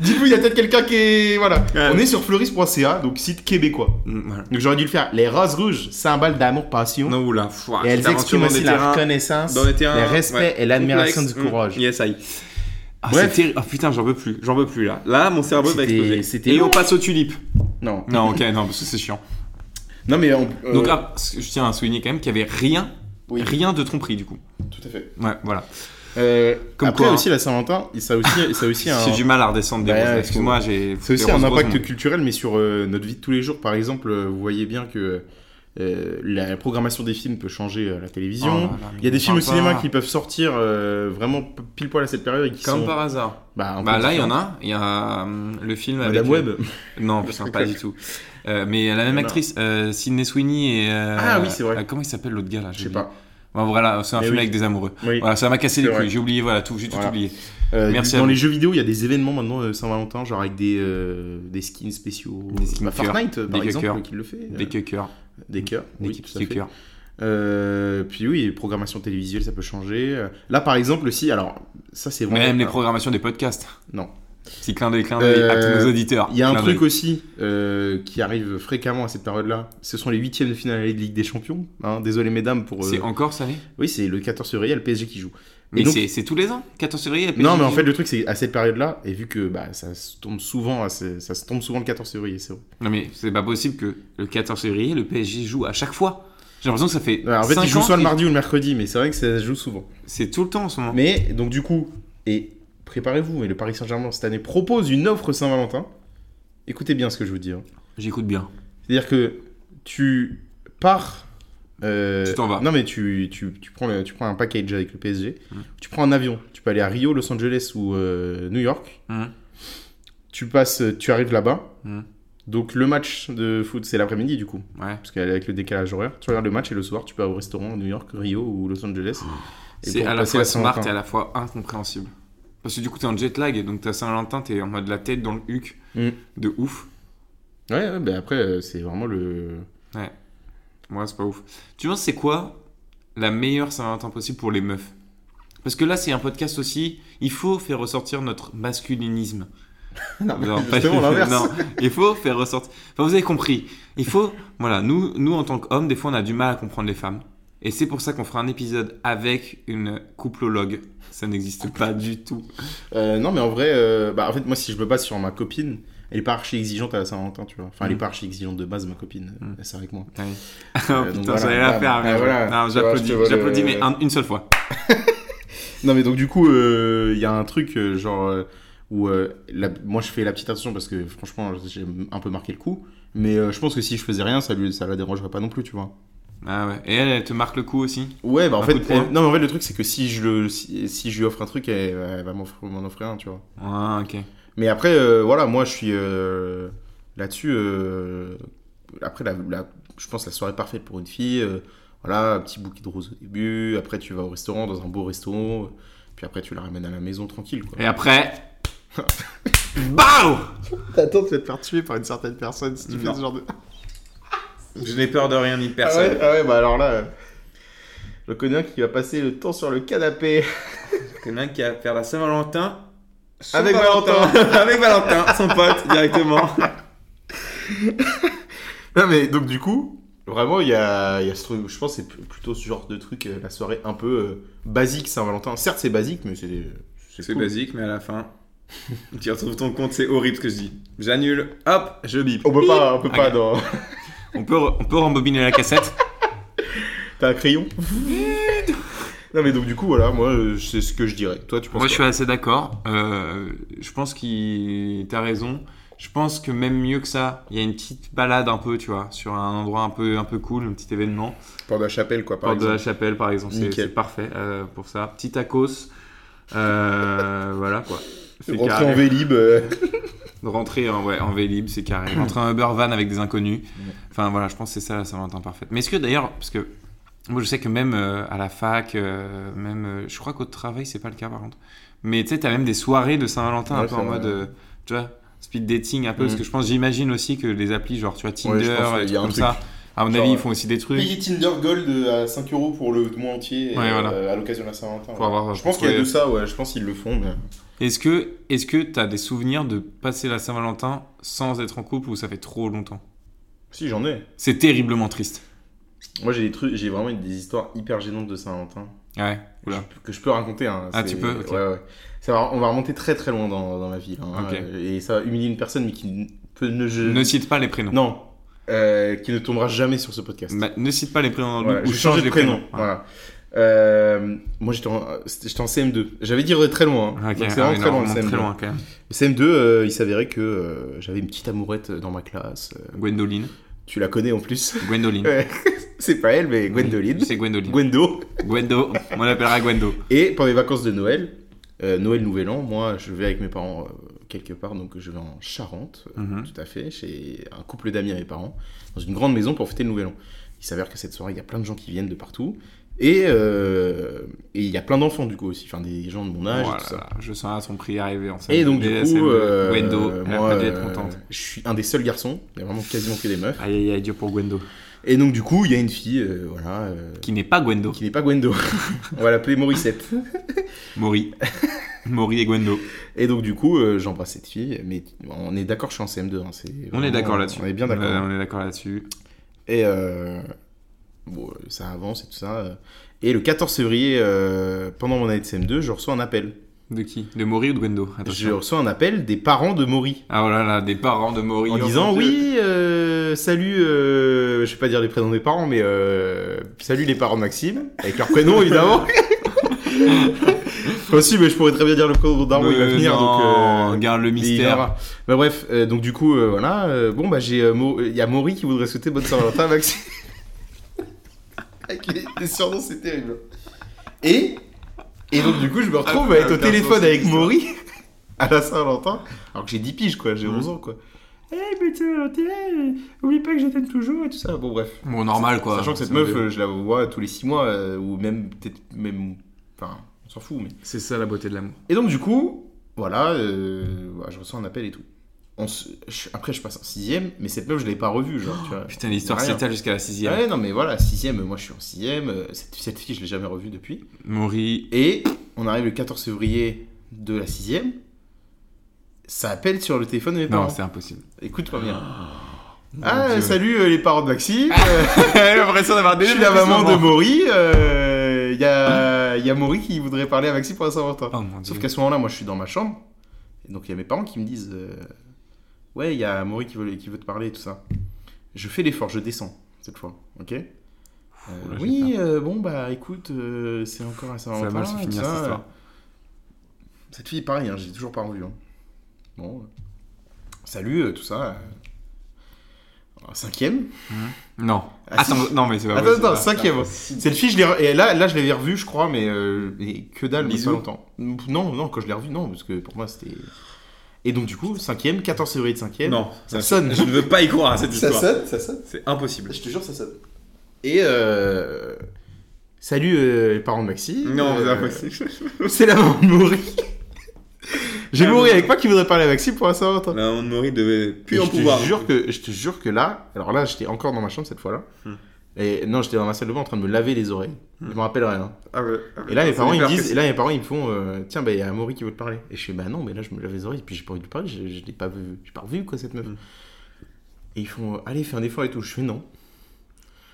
dites-vous, il y a peut-être quelqu'un qui est. Voilà.
Ouais.
On est sur fleuris.ca, donc site québécois.
Mm, voilà.
Donc j'aurais dû le faire. Les roses rouges, symbole d'amour, passion.
Non, oula. fouah,
Et
cette
elles
aventure
expriment
dans des
aussi la
terrains-
reconnaissance,
dans les terrains,
le respect
ouais.
et l'admiration du
Complexe, mm,
courage.
Yes, aïe. Ah,
Bref.
c'est terri- ah, putain, j'en veux plus. J'en veux plus là. Là, mon cerveau va
C'était-
exploser.
c'était
Et on
long.
passe aux tulipes.
Non.
Non, ok, non, parce que c'est chiant.
Non, mais on- euh,
Donc, ah, parce que je tiens à souligner quand même qu'il y avait rien,
Oui.
rien de tromperie du coup.
tout à fait.
Ouais, voilà.
Euh,
Comme
après
quoi,
aussi la Saint-Valentin, ça a aussi, ça
[LAUGHS]
a aussi un.
J'ai du mal à redescendre des
Bah,
roses.
ouais,
Excuse-moi, j'ai.
C'est aussi
des
un
roses,
impact
roses,
culturel, mais sur euh, notre vie de tous les jours. Par exemple, euh, vous voyez bien que euh, la programmation des films peut changer à la
mais- Oh
télévision.
là là, mais
Il y a des
on
films au
parle
cinéma
pas.
qui peuvent sortir euh, vraiment p- pile poil à cette période et qui
Comme
sont.
par hasard.
Bah, un peu
Bah là, il y
différents.
en a. un. Il y a hum, le film avec.
Madame Web.
Non, putain, pas du tout. Euh, mais la même
Il y en a.
actrice, euh, Sydney Sweeney et. euh,
Ah oui, c'est vrai.
euh, comment il s'appelle l'autre gars là
Je sais pas.
Bon, voilà, c'est un
Mais
film
oui.
avec des amoureux.
Oui.
Voilà, ça m'a cassé les
C'est
couilles.
vrai.
J'ai oublié, voilà, tout, j'ai tout
Voilà.
oublié.
Euh,
Merci à
dans
vous.
les jeux vidéo, il y a des événements maintenant euh, Saint-Valentin, genre avec des, euh, des skins spéciaux.
Des skins
Bah,
cœurs.
Fortnite, par
Des
exemple,
cœurs.
qui le fait.
Des cuckers,
Euh, des cœurs.
des
oui,
petits
tout à fait.
cuckers.
Euh, puis oui, programmation télévisuelle, ça peut changer. Euh, Là, par exemple, aussi, alors ça c'est vraiment.
Même les
Ah,
programmations des podcasts.
Non.
Petit clin d'œil, clin d'œil à
Euh,
tous nos auditeurs.
Il y a un
Clin
truc
d'œil.
aussi euh, qui arrive fréquemment à cette période-là. Ce sont les huitièmes de finale de Ligue des Champions. hein. Désolé mesdames pour. euh,
C'est encore ça, l'année
Oui, c'est le 14 février, il y a le PSG qui joue.
Mais
donc-
c'est c'est tous les ans 14 février la
Non, mais en
PSG.
fait, le truc c'est à cette période-là, et vu que bah, ça se tombe souvent, à ce- ça se tombe souvent le 14 février, c'est vrai.
Non, mais c'est pas possible que le 14 février, le PSG joue à chaque fois. J'ai l'impression que ça fait.
Ouais, en fait,
cinq
ils jouent
ans
soit le
qu'ils-
mardi ou le mercredi, mais c'est vrai que ça se joue souvent.
C'est tout le temps en ce moment.
Mais donc du coup, et préparez-vous, et le Paris Saint-Germain cette année propose une offre Saint-Valentin. Écoutez bien ce que je vous dis. hein.
J'écoute bien.
C'est-à-dire que tu pars. euh,
Tu t'en vas. Mmh.
Non, mais tu, tu, tu prends le- tu prends un package avec le PSG. Tu prends un avion. Tu peux aller à Rio, Los Angeles ou euh, New York.
Mhm.
Tu passes, tu arrives là-bas.
Mhm.
Donc le match de foot, c'est l'après-midi du coup.
Ouais.
Parce qu'avec le décalage horaire, tu regardes le match et le soir, tu peux aller au restaurant à New York, Rio ou Los Angeles. Et
Mmh. C'est
pour
à la
passer
fois smart et
Saint-Valentin.
à la fois incompréhensible. Parce que du coup, t'es en jet lag et donc t'as Saint-Valentin, t'es en mode la tête dans le huc
Mm.
de ouf.
Ouais, ouais, bah après, euh, c'est vraiment le.
Moi, c'est pas ouf. Tu penses, c'est quoi la meilleure Saint-Valentin possible pour les meufs Parce que là, c'est un podcast aussi. Il faut faire ressortir notre masculinisme.
Non,
Non, pas-
[LAUGHS] justement
[LAUGHS]
l'inverse.
non, il faut faire ressortir. Enfin, vous avez compris. Il faut. Voilà, nous, nous en tant qu'hommes, des fois, on a du mal à comprendre les femmes. Et c'est pour ça qu'on fera un épisode avec une couplologue. Ça n'existe pas du tout. [LAUGHS]
Euh, non, mais en vrai, euh, bah, en fait, moi, si je me base sur ma copine, elle est pas archi exigeante à la Saint-Valentin, tu vois. Enfin, elle est
Mm.
pas archi exigeante de base, ma copine.
Mm.
Elle sert avec moi.
Ouais.
Euh,
Oh, putain,
donc voilà,
j'allais la
bam.
faire. mais
Ah,
je-
voilà.
non,
Tu vois,
j'applaudis,
je te vois le-
j'applaudis, mais un- une seule fois.
Non, mais donc, du coup, euh, il y a un truc, euh, genre, euh, où euh, la- moi, je fais la petite attention parce que, franchement, j'ai un peu marqué le coup. Mais euh, je pense que si je faisais rien, ça, lui, ça la dérangerait pas non plus, tu vois.
Ah ouais. Et elle, elle te marque le coup aussi.
Ouais, bah en
Un
fait,
coup de poing.
elle- non, mais en fait, le truc, c'est que si je, le, si, si je lui offre un truc, elle, elle va m'en f- m'en offrir un, tu vois.
Ah, ok.
Mais après, euh, voilà, moi je suis euh, là-dessus. euh, après, la, la- je pense la soirée parfaite pour une fille. euh, voilà, un petit bouquet de roses au début. Après, tu vas au restaurant, dans un beau restaurant. Puis après, tu la ramènes à la maison tranquille. [LAUGHS] Quoi.
Et après. BAO
T'attends, tu vas te faire tuer par une certaine personne si
tu fais ce
genre de.
Je n'ai peur de rien ni de
Ah ouais, ah ouais, bah alors là. euh, Je connais un qui va passer le temps sur le canapé.
Quelqu'un qui va faire la Saint-Valentin. son [LAUGHS]
Avec
avec Valentin, son pote
[LAUGHS]
directement.
Non, mais donc, du coup. Vraiment, il y a, il y a ce truc, je pense que c'est pl- plutôt ce genre de truc, euh, la soirée un peu euh, basique Saint-Valentin. Certes, c'est basique, mais c'est.
C'est
cool.
basique, mais à la fin, [LAUGHS] tu retrouves ton compte, c'est horrible ce que je dis. J'annule, hop, je bip.
On peut pas, on peut pas
Regarde.
dans.
Oh.
[LAUGHS]
On peut, re- on peut rembobiner la [LAUGHS] cassette.
T'as un crayon Non mais donc du coup voilà, moi euh, c'est ce que je dirais. Toi tu penses
Moi, je suis assez d'accord. Euh, je pense que t'as raison. Je pense que même mieux que ça, il y a une petite balade un peu, tu vois, sur un endroit un peu, un peu cool, un petit événement.
Porte de la chapelle quoi par
Porte de la
exemple.
Chapelle, par exemple, c'est
Nickel.
c'est parfait euh, pour ça. Petit tacos. Euh, [LAUGHS] voilà quoi. C'est
Rentrer
carré.
en Vélib. euh,
De rentrer en, ouais, en Vélib, c'est
[CLEARS THROAT]
carré. Rentrer en Uber van avec des inconnus. Enfin voilà, je pense que c'est ça la Saint-Valentin parfaite. Mais est-ce que d'ailleurs, parce que moi je sais que même euh, à la fac, euh, même euh, je crois qu'au travail c'est pas le cas par contre. Mais tu sais, t'as même des soirées de Saint-Valentin un
Ouais,
peu
c'est
en
vrai.
mode, euh, tu vois, speed dating un peu. Parce
Mhm.
que je pense, j'imagine aussi que les applis, genre tu as Tinder,
Ouais, je pense,
et
il
trucs
y a un
comme
truc.
ça. À mon
Genre,
avis, ils
euh,
font aussi des trucs.
Payer Tinder Gold euh, à 5 euros pour le mois entier et,
Ouais, voilà.
euh, à l'occasion de la Saint-Valentin.
Pour avoir,
Je pense qu'il y a
trouvé-
de ça, ouais, je pense qu'ils le font. Mais...
Est-ce que est-ce que t'as des souvenirs de passer la Saint-Valentin sans être en couple ou ça fait trop longtemps
Si j'en ai.
C'est terriblement triste.
Moi, j'ai des trucs, j'ai vraiment des histoires hyper gênantes de Saint-Valentin
Ouais, oula.
je- que je peux raconter. hein.
Ah,
C'est-
tu peux Ok.
ouais, ouais. Ça va- on va remonter très très loin dans, dans ma vie. hein.
Ok.
Et ça va humilier une personne mais qui ne peut ne. je-
Ne cite pas les prénoms.
Non. Euh, qui ne tombera jamais sur ce podcast.
Bah, ne cite pas les prénoms dans le
Voilà,
doute,
je
ou
vais
change
changer de
les
prénom.
prénoms. Ouais.
Voilà. Euh, moi j'étais en, c'était- j'étais en CM2. J'avais dit euh, très loin. hein.
Ok,
Donc, c'est
ah
vraiment
oui,
très
non,
loin le
vraiment
CM2.
très loin quand même.
Le CM2, euh, il s'avérait que euh, j'avais une petite amourette dans ma classe. Euh,
Gwendoline.
Tu la connais en plus. [LAUGHS]
Gwendoline.
Ouais. C'est pas elle, mais Euh, Gwendoline.
C'est Gwendoline.
Gwendo.
Gwendo. On l'appellera Gwendo.
Et pendant les vacances de Noël, euh, Noël Nouvel An, moi je vais avec mes parents euh, quelque part, donc je vais en Charente, euh,
Mhm.
tout à fait, chez un couple d'amis à mes parents, dans une grande maison pour fêter le Nouvel An. Il s'avère que cette soirée, il y a plein de gens qui viennent de partout, et euh, et il y a plein d'enfants du coup aussi, enfin des gens de mon âge et
Voilà,
tout ça.
je sens à son prix arriver en scène.
Et donc du
Mais c'est
coup,
le-
euh,
Gwendo, elle a
moi,
pas dû être
euh,
contente.
je suis un des seuls garçons, il y a vraiment quasiment que des meufs.
Aïe aïe aïe, Dieu pour Gwendo.
Et donc du coup, il y a une fille, euh, voilà, euh,
Qui n'est pas Gwendo.
qui n'est pas Gwendo, [LAUGHS] on va l'appeler Morissette. [LAUGHS]
Maury. Maury et Gwendo.
Et donc, du coup, euh, j'embrasse cette fille, mais on est d'accord, je suis en CM2. hein, c'est
On est
vraiment-
d'accord là-dessus.
On est bien d'accord.
Euh, on est d'accord là-dessus.
Et euh, bon, ça avance et tout ça. euh. Et le 14 février, euh, pendant mon année de CM2, je reçois un appel.
De qui De Maury ou de Gwendo
Je
Attention.
reçois un appel des parents de Maury.
Ah oh là là, des parents de Maury.
En
Oh,
disant
mon Dieu.
oui, euh, salut, euh, je vais pas dire les prénoms des parents, mais euh, salut les parents de Maxime, avec leur prénom évidemment.
[LAUGHS]
Moi aussi, mais je pourrais très bien dire le prénom d'Armand, il va
Euh,
venir. donc,
non,
euh,
garde le
Et il
mystère.
verra. Bah bref, euh, donc du coup, euh, voilà. euh, bon, bah j'ai. euh, Mo- Il y a Maury qui voudrait souhaiter bonne Saint-Valentin à Maxime. [LAUGHS] Avec les, les surnoms, c'est terrible. Et. Et donc du coup, je me retrouve à être au
putain,
téléphone
c'est
avec
bizarre.
Maury [LAUGHS] à la Saint-Valentin. Alors que j'ai 10 piges, quoi. J'ai 11 ans, quoi. Eh, mais Saint-Valentin, euh, oublie pas que je t'aime toujours et tout ça. Bon, bref.
Bon, normal quoi.
Sachant que cette
C'est-
meuf, euh, je la vois tous les 6 mois, euh, ou même. Peut-être même. Enfin, on s'en fout, mais.
C'est ça la beauté de l'amour.
Et donc, du coup, voilà, euh, voilà, je reçois un appel et tout. On se- je- après, je passe en sixième, mais cette meuf, je l'ai pas revue, genre, tu vois.
[GASPS] Putain, l'histoire
Rien.
s'étale jusqu'à la sixième.
Ouais, non, mais voilà, sixième, moi, je suis en sixième. euh, Cette, cette fille, je l'ai jamais revue depuis.
Maury.
Et on arrive le 14 février de la sixième. Ça appelle sur le téléphone de mes
Non,
parents.
c'est
[LAUGHS]
impossible.
Écoute-moi bien.
[GASPS] Mon
Ah,
Dieu. Ah.
salut euh, les parents de Maxime.
[LAUGHS]
euh,
J'ai l'impression d'avoir
je suis la maman de Maury. Il y, a, y a Maury qui voudrait parler à Maxime pour la Saint-Valentin.
Oh mon dieu.
Sauf qu'à ce moment-là, moi, je suis dans ma chambre. Et donc, il y a mes parents qui me disent euh, Ouais, il y a Maury qui veut, qui veut te parler et tout ça. Je fais l'effort, je descends cette fois. Ok Euh,
Oh, là, j'ai
Oui, euh, bon, bah écoute, euh, c'est encore un
ça va
Saint-Valentin.
mal se
et tout
finir
ça,
cette
euh.
histoire.
Cette fille, pareil, hein, j'ai toujours pas revu. hein. Bon. euh, Salut, euh, tout ça. euh. Alors, Cinquième
Non.
Ah, si.
Attends, non mais c'est pas
Attends,
possible.
attends, cinquième. Cette fille, je l'ai re- et là, là, je l'avais revue, je crois, mais, euh, mais que dalle, mais
Bisous.
pas longtemps. Non, non, quand je l'ai revue, non, parce que pour moi, c'était. Et donc, du coup, cinquième, 14 février de cinquième.
Ah. Non,
Ça sonne.
Je ne veux pas y croire à cette
ça
histoire.
sonne, ça sonne.
C'est impossible.
Je te jure, ça sonne. Et euh... salut euh, les parents de Maxi.
Non, c'est
Euh,
impossible.
C'est la maman
[LAUGHS]
de Maury. J'ai
Ah,
Maury
non.
avec moi qui voudrait parler à Maxi pour la Saint-Valentin.
La maman de Maury devait
Et
plus en
je te
pouvoir.
Jure que, je te jure que là, alors là, j'étais encore dans ma chambre cette fois-là.
Hmm.
Et non, j'étais dans ma salle de bain en train de me laver les oreilles. Je me rappelle rien.
Ah ouais.
Et là, mes
C'est
parents, ils me
hyper
disent,
précis.
et là, mes parents, ils me font, euh, tiens, bah, il y a Amaury qui veut te parler. Et je fais, bah non, mais là, je me lave les oreilles, puis j'ai pas envie de lui parler, je, je l'ai pas vu, j'ai pas revu, quoi, cette meuf.
Mm.
Et ils font, euh, allez, fais un effort et tout. Je fais non.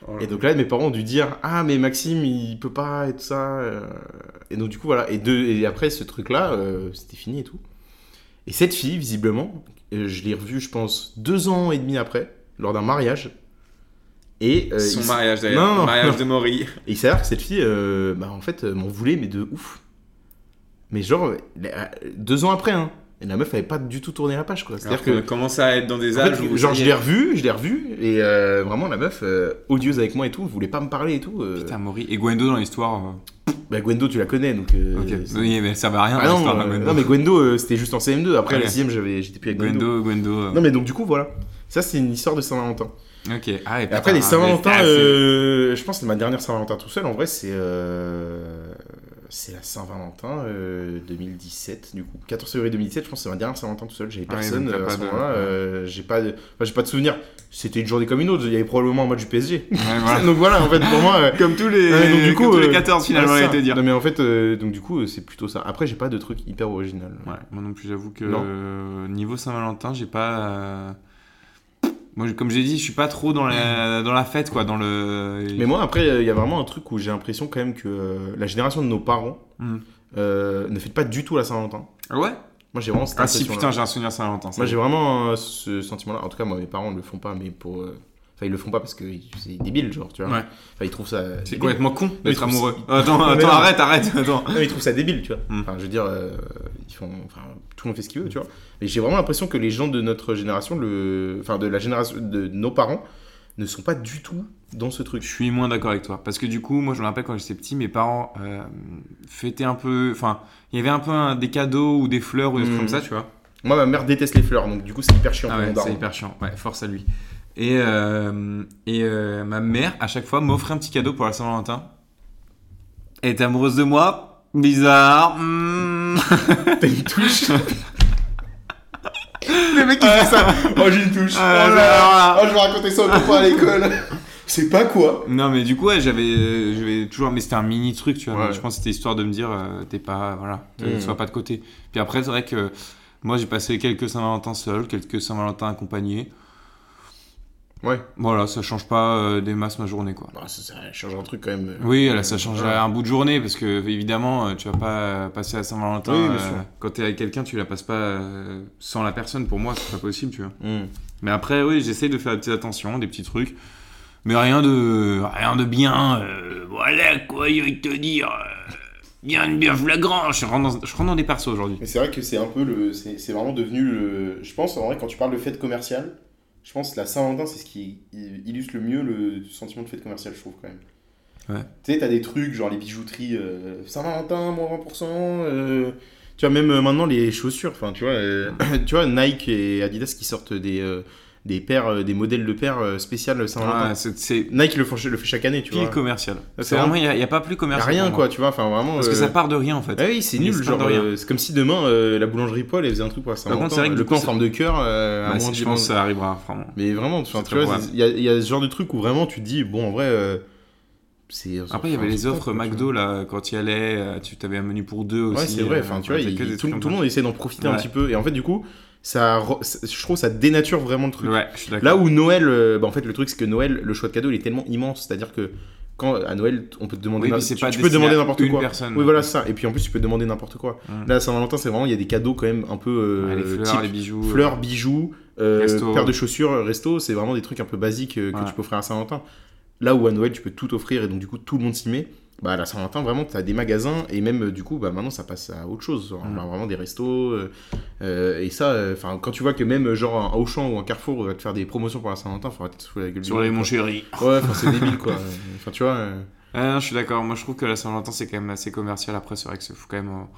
Oh
Et donc là, mes parents ont dû dire, ah, mais Maxime, il peut pas, et tout ça. euh. Et donc, du coup, voilà. Et, deux, et après, ce truc-là, euh, c'était fini et tout. Et cette fille, visiblement, euh, je l'ai revue, je pense, deux ans et demi après, lors d'un mariage. Et euh,
Son
il s-
mariage
Non, non,
d'ailleurs.
non.
Le mariage de Maury.
et il s'avère que cette fille, euh, bah, en fait, euh, m'en voulait, mais de ouf. Mais genre, la- deux ans après, hein. Et la meuf avait pas du tout tourné la page, quoi.
C'est-à-dire
[LAUGHS] C'est-à-dire
qu'on
que.
commence à être dans des
en
âges
fait,
où.
genre,
ça y
je
est.
l'ai revue, je l'ai revue, et euh, vraiment, la meuf, euh, odieuse avec moi et tout, voulait pas me parler et tout. euh.
Putain, Maury. Et Gwendo dans l'histoire. euh,
Bah, Gwendo, tu la connais, donc. euh,
Ok.
c'est-
Oui, mais ça va rien.
Ah
dans
non,
l'histoire,
euh,
hein, Gwendo.
non, mais Gwendo, euh, c'était juste en CM2. Après,
Ouais.
la 6 j'avais, j'étais plus avec Gwendo.
Gwendo, Gwendo. euh,
Non, mais donc, du coup, voilà. Ça, c'est une histoire de Saint-Valentin.
Ok. Ah, et
Et
putain,
après, les
ah,
Saint-Valentin,
mais-
euh, je pense que ma dernière Saint-Valentin tout seul, en vrai, c'est euh, c'est la Saint-Valentin euh, 2017, du coup. 14 février 2017, je pense que c'est ma dernière Saint-Valentin tout seul. J'avais
Ah oui,
personne
donc t'as
euh, à
pas
ce
de-
moment-là. euh, j'ai pas, de... enfin, j'ai pas de souvenir. C'était une journée comme une autre. Il y avait probablement un match du PSG.
c'est- Ouais, voilà.
[LAUGHS] donc voilà, en fait, pour moi. euh,
[LAUGHS] Comme tous les.
non, mais donc, du
comme
coup,
tous les
euh,
14 finalement,
ouais,
j'allais
ça.
te dire.
Non, mais en fait, euh, donc du coup, euh, c'est plutôt ça. Après, j'ai pas de truc hyper original.
Ouais, moi non plus, j'avoue que
Non.
euh, niveau Saint-Valentin, j'ai pas. euh, Moi, je- comme j'ai dit, je suis pas trop dans la, dans la fête, quoi, dans le.
Mais moi, après, euh, il y a vraiment un truc où j'ai l'impression quand même que euh, la génération de nos parents
Hmm.
euh, ne fête pas du tout la Saint-Valentin.
Ah ouais
Moi, j'ai vraiment cette
Ah si,
impression-là.
putain, j'ai un souvenir Saint-Valentin. ça.
Moi, j'ai vraiment euh, ce sentiment-là. En tout cas, moi, mes parents ne le font pas, mais pour. euh, Enfin, ils le font pas parce que c'est débile, genre, tu vois.
Ouais.
Enfin, ils trouvent ça.
C'est
débile.
complètement con
Mais
d'être
trouve-
amoureux. Attends,
[LAUGHS] Mais
attends,
non.
arrête, arrête, attends.
Non, mais ils trouvent ça débile, tu vois.
Mm.
Enfin, je veux dire, euh, ils font, enfin, tout le monde fait ce qu'il veut, tu vois.
Mm.
Mais j'ai vraiment l'impression que les gens de notre génération, le, enfin, de la génération de nos parents, ne sont pas du tout dans ce
Je
truc.
suis moins d'accord avec toi. Parce que du coup, moi, je me rappelle quand j'étais petit, mes parents euh, fêtaient un peu. Enfin, il y avait un peu un- des cadeaux ou des fleurs ou des trucs
Mhm.
comme ça, tu vois.
Moi, ma mère déteste les fleurs, donc du coup, c'est hyper chiant
Ah
pour
ouais,
mon
c'est
daron.
hyper chiant. Ouais, force à lui. Et, euh, et euh, ma mère, à chaque fois, m'offrait un petit cadeau pour la Saint-Valentin. Elle était amoureuse de moi Bizarre. hmm.
T'as une touche. [LAUGHS]
[LAUGHS]
les mecs, ils font ça. Oh, j'ai une touche.
Ah,
oh, là
alors
là.
là.
Oh, je vais raconter ça aux copains
[LAUGHS]
à l'école. c'est pas quoi.
[LAUGHS] Non, mais du coup, ouais, j'avais, euh, j'avais toujours, mais c'était un mini truc, tu vois.
Ouais.
mais Je pense que c'était histoire de me dire, euh, t'es pas, voilà, te-
Mm.
sois pas de côté. Puis après, c'est vrai que moi, j'ai passé quelques Saint-Valentin seul, quelques Saint-Valentin accompagné.
Ouais.
Voilà, ça change pas euh, des masses ma journée, quoi.
Bah, ça, ça change un truc quand même.
Oui, là, ça change
Ouais.
un bout de journée parce que évidemment, euh, tu vas pas euh, passer à Saint-Valentin.
Oui, bien
euh,
sûr.
quand t'es avec quelqu'un, tu la passes pas euh, sans la personne. Pour moi, c'est pas possible, tu vois.
Mm.
Mais après, oui, j'essaie de faire des petites attentions, des petits trucs. Mais rien de, rien de bien. euh, voilà quoi, je vais te dire. euh, rien de bien flagrant. Je rentre dans, je rentre dans des persos aujourd'hui.
Mais c'est vrai que c'est un peu le. C'est c'est vraiment devenu le. Je pense, en vrai, quand tu parles de fête commerciale, je pense que la Saint-Valentin, c'est ce qui i- illustre le mieux le sentiment de fête commerciale, je trouve, quand même.
Ouais.
Tu sais, t'as des trucs, genre les bijouteries euh, Saint-Valentin, moins 20%. euh, Tu vois, même euh, maintenant, les chaussures, enfin, tu vois, euh, [COUGHS] tu vois, Nike et Adidas qui sortent des. euh, des paires, euh, des modèles de paires euh, spéciales Saint-Valentin.
Ah, c'est c'est
Nike le, font- le fait chaque année, tu
pile
vois.
commercial.
c'est
C'est
vraiment-
vraiment, il n'y a, pas plus
Y a
commercial.
rien,
pour
quoi,
moi.
tu vois, enfin, vraiment...
Parce que
euh,
ça part de rien en fait.
ah oui, c'est
Il
nul,
se plaint
genre.
de rien.
euh, c'est comme si demain euh, la boulangerie Paul elle faisait un truc pour la Saint-Valentin.
contre, c'est vrai que
le
du coup,
pain en
ça-
forme de cœur euh, à
Bah,
moins
c'est-
de
je pense que
10.
ça arrivera vraiment.
Mais vraiment, enfin,
C'est
tu vois,
probable.
il y, a- y a ce genre de truc où vraiment tu te dis bon en vrai euh, c'est.
Après, il y avait
enfin,
les
c'est
offres
top, quoi, tu
McDo là quand il allait, euh, tu t'avais un menu pour deux
vois.
aussi.
Ouais, c'est vrai.
euh,
Enfin, tu vois,
t'as
il-
que des
tout,
trucs
tout le
comme
monde essaie d'en profiter un
Ouais.
petit peu et en fait du coup ça, re- ça- je trouve ça dénature vraiment le
ça.
truc.
Ouais, je suis d'accord.
Là où Noël, euh, bah, en fait le truc c'est que Noël le choix de cadeaux il est tellement immense, c'est-à-dire que quand à Noël on peut te demander
Oui,
na-
puis c'est
tu-
pas
tu peux
destiné
demander
à
n'importe
une
quoi.
personne.
Oui, voilà c'est ça. Et puis en plus, tu peux demander n'importe quoi.
Mm.
Là, à Saint-Valentin, c'est vraiment, il y a des cadeaux quand même un peu. euh,
Ouais, les fleurs,
type
les bijoux. euh,
fleurs, bijoux, euh,
Resto.
paires de chaussures, euh, resto, c'est vraiment des trucs un peu basiques euh, que
Ouais.
tu peux offrir à Saint-Valentin. Là où à Noël, tu peux tout offrir et donc du coup, tout le monde s'y met. Bah, à la Saint-Valentin, vraiment, tu as des magasins et même euh, du coup, bah, maintenant, ça passe à autre chose. genre,
Mm.
bah, vraiment des restos. euh, euh, et ça, euh, 'fin, quand tu vois que même euh, genre un Auchan ou un Carrefour va te faire des promotions pour la Saint-Valentin, faut arrêter de se foutre la gueule. du
Sur les
monde,
mon chéri.
quoi. Ouais, 'fin, c'est débile quoi. [LAUGHS] Enfin, tu vois. euh,
Ah, non, je suis d'accord. Moi, je trouve que la Saint-Valentin, c'est quand même assez commercial. Après, c'est vrai que c'est- faut quand même en,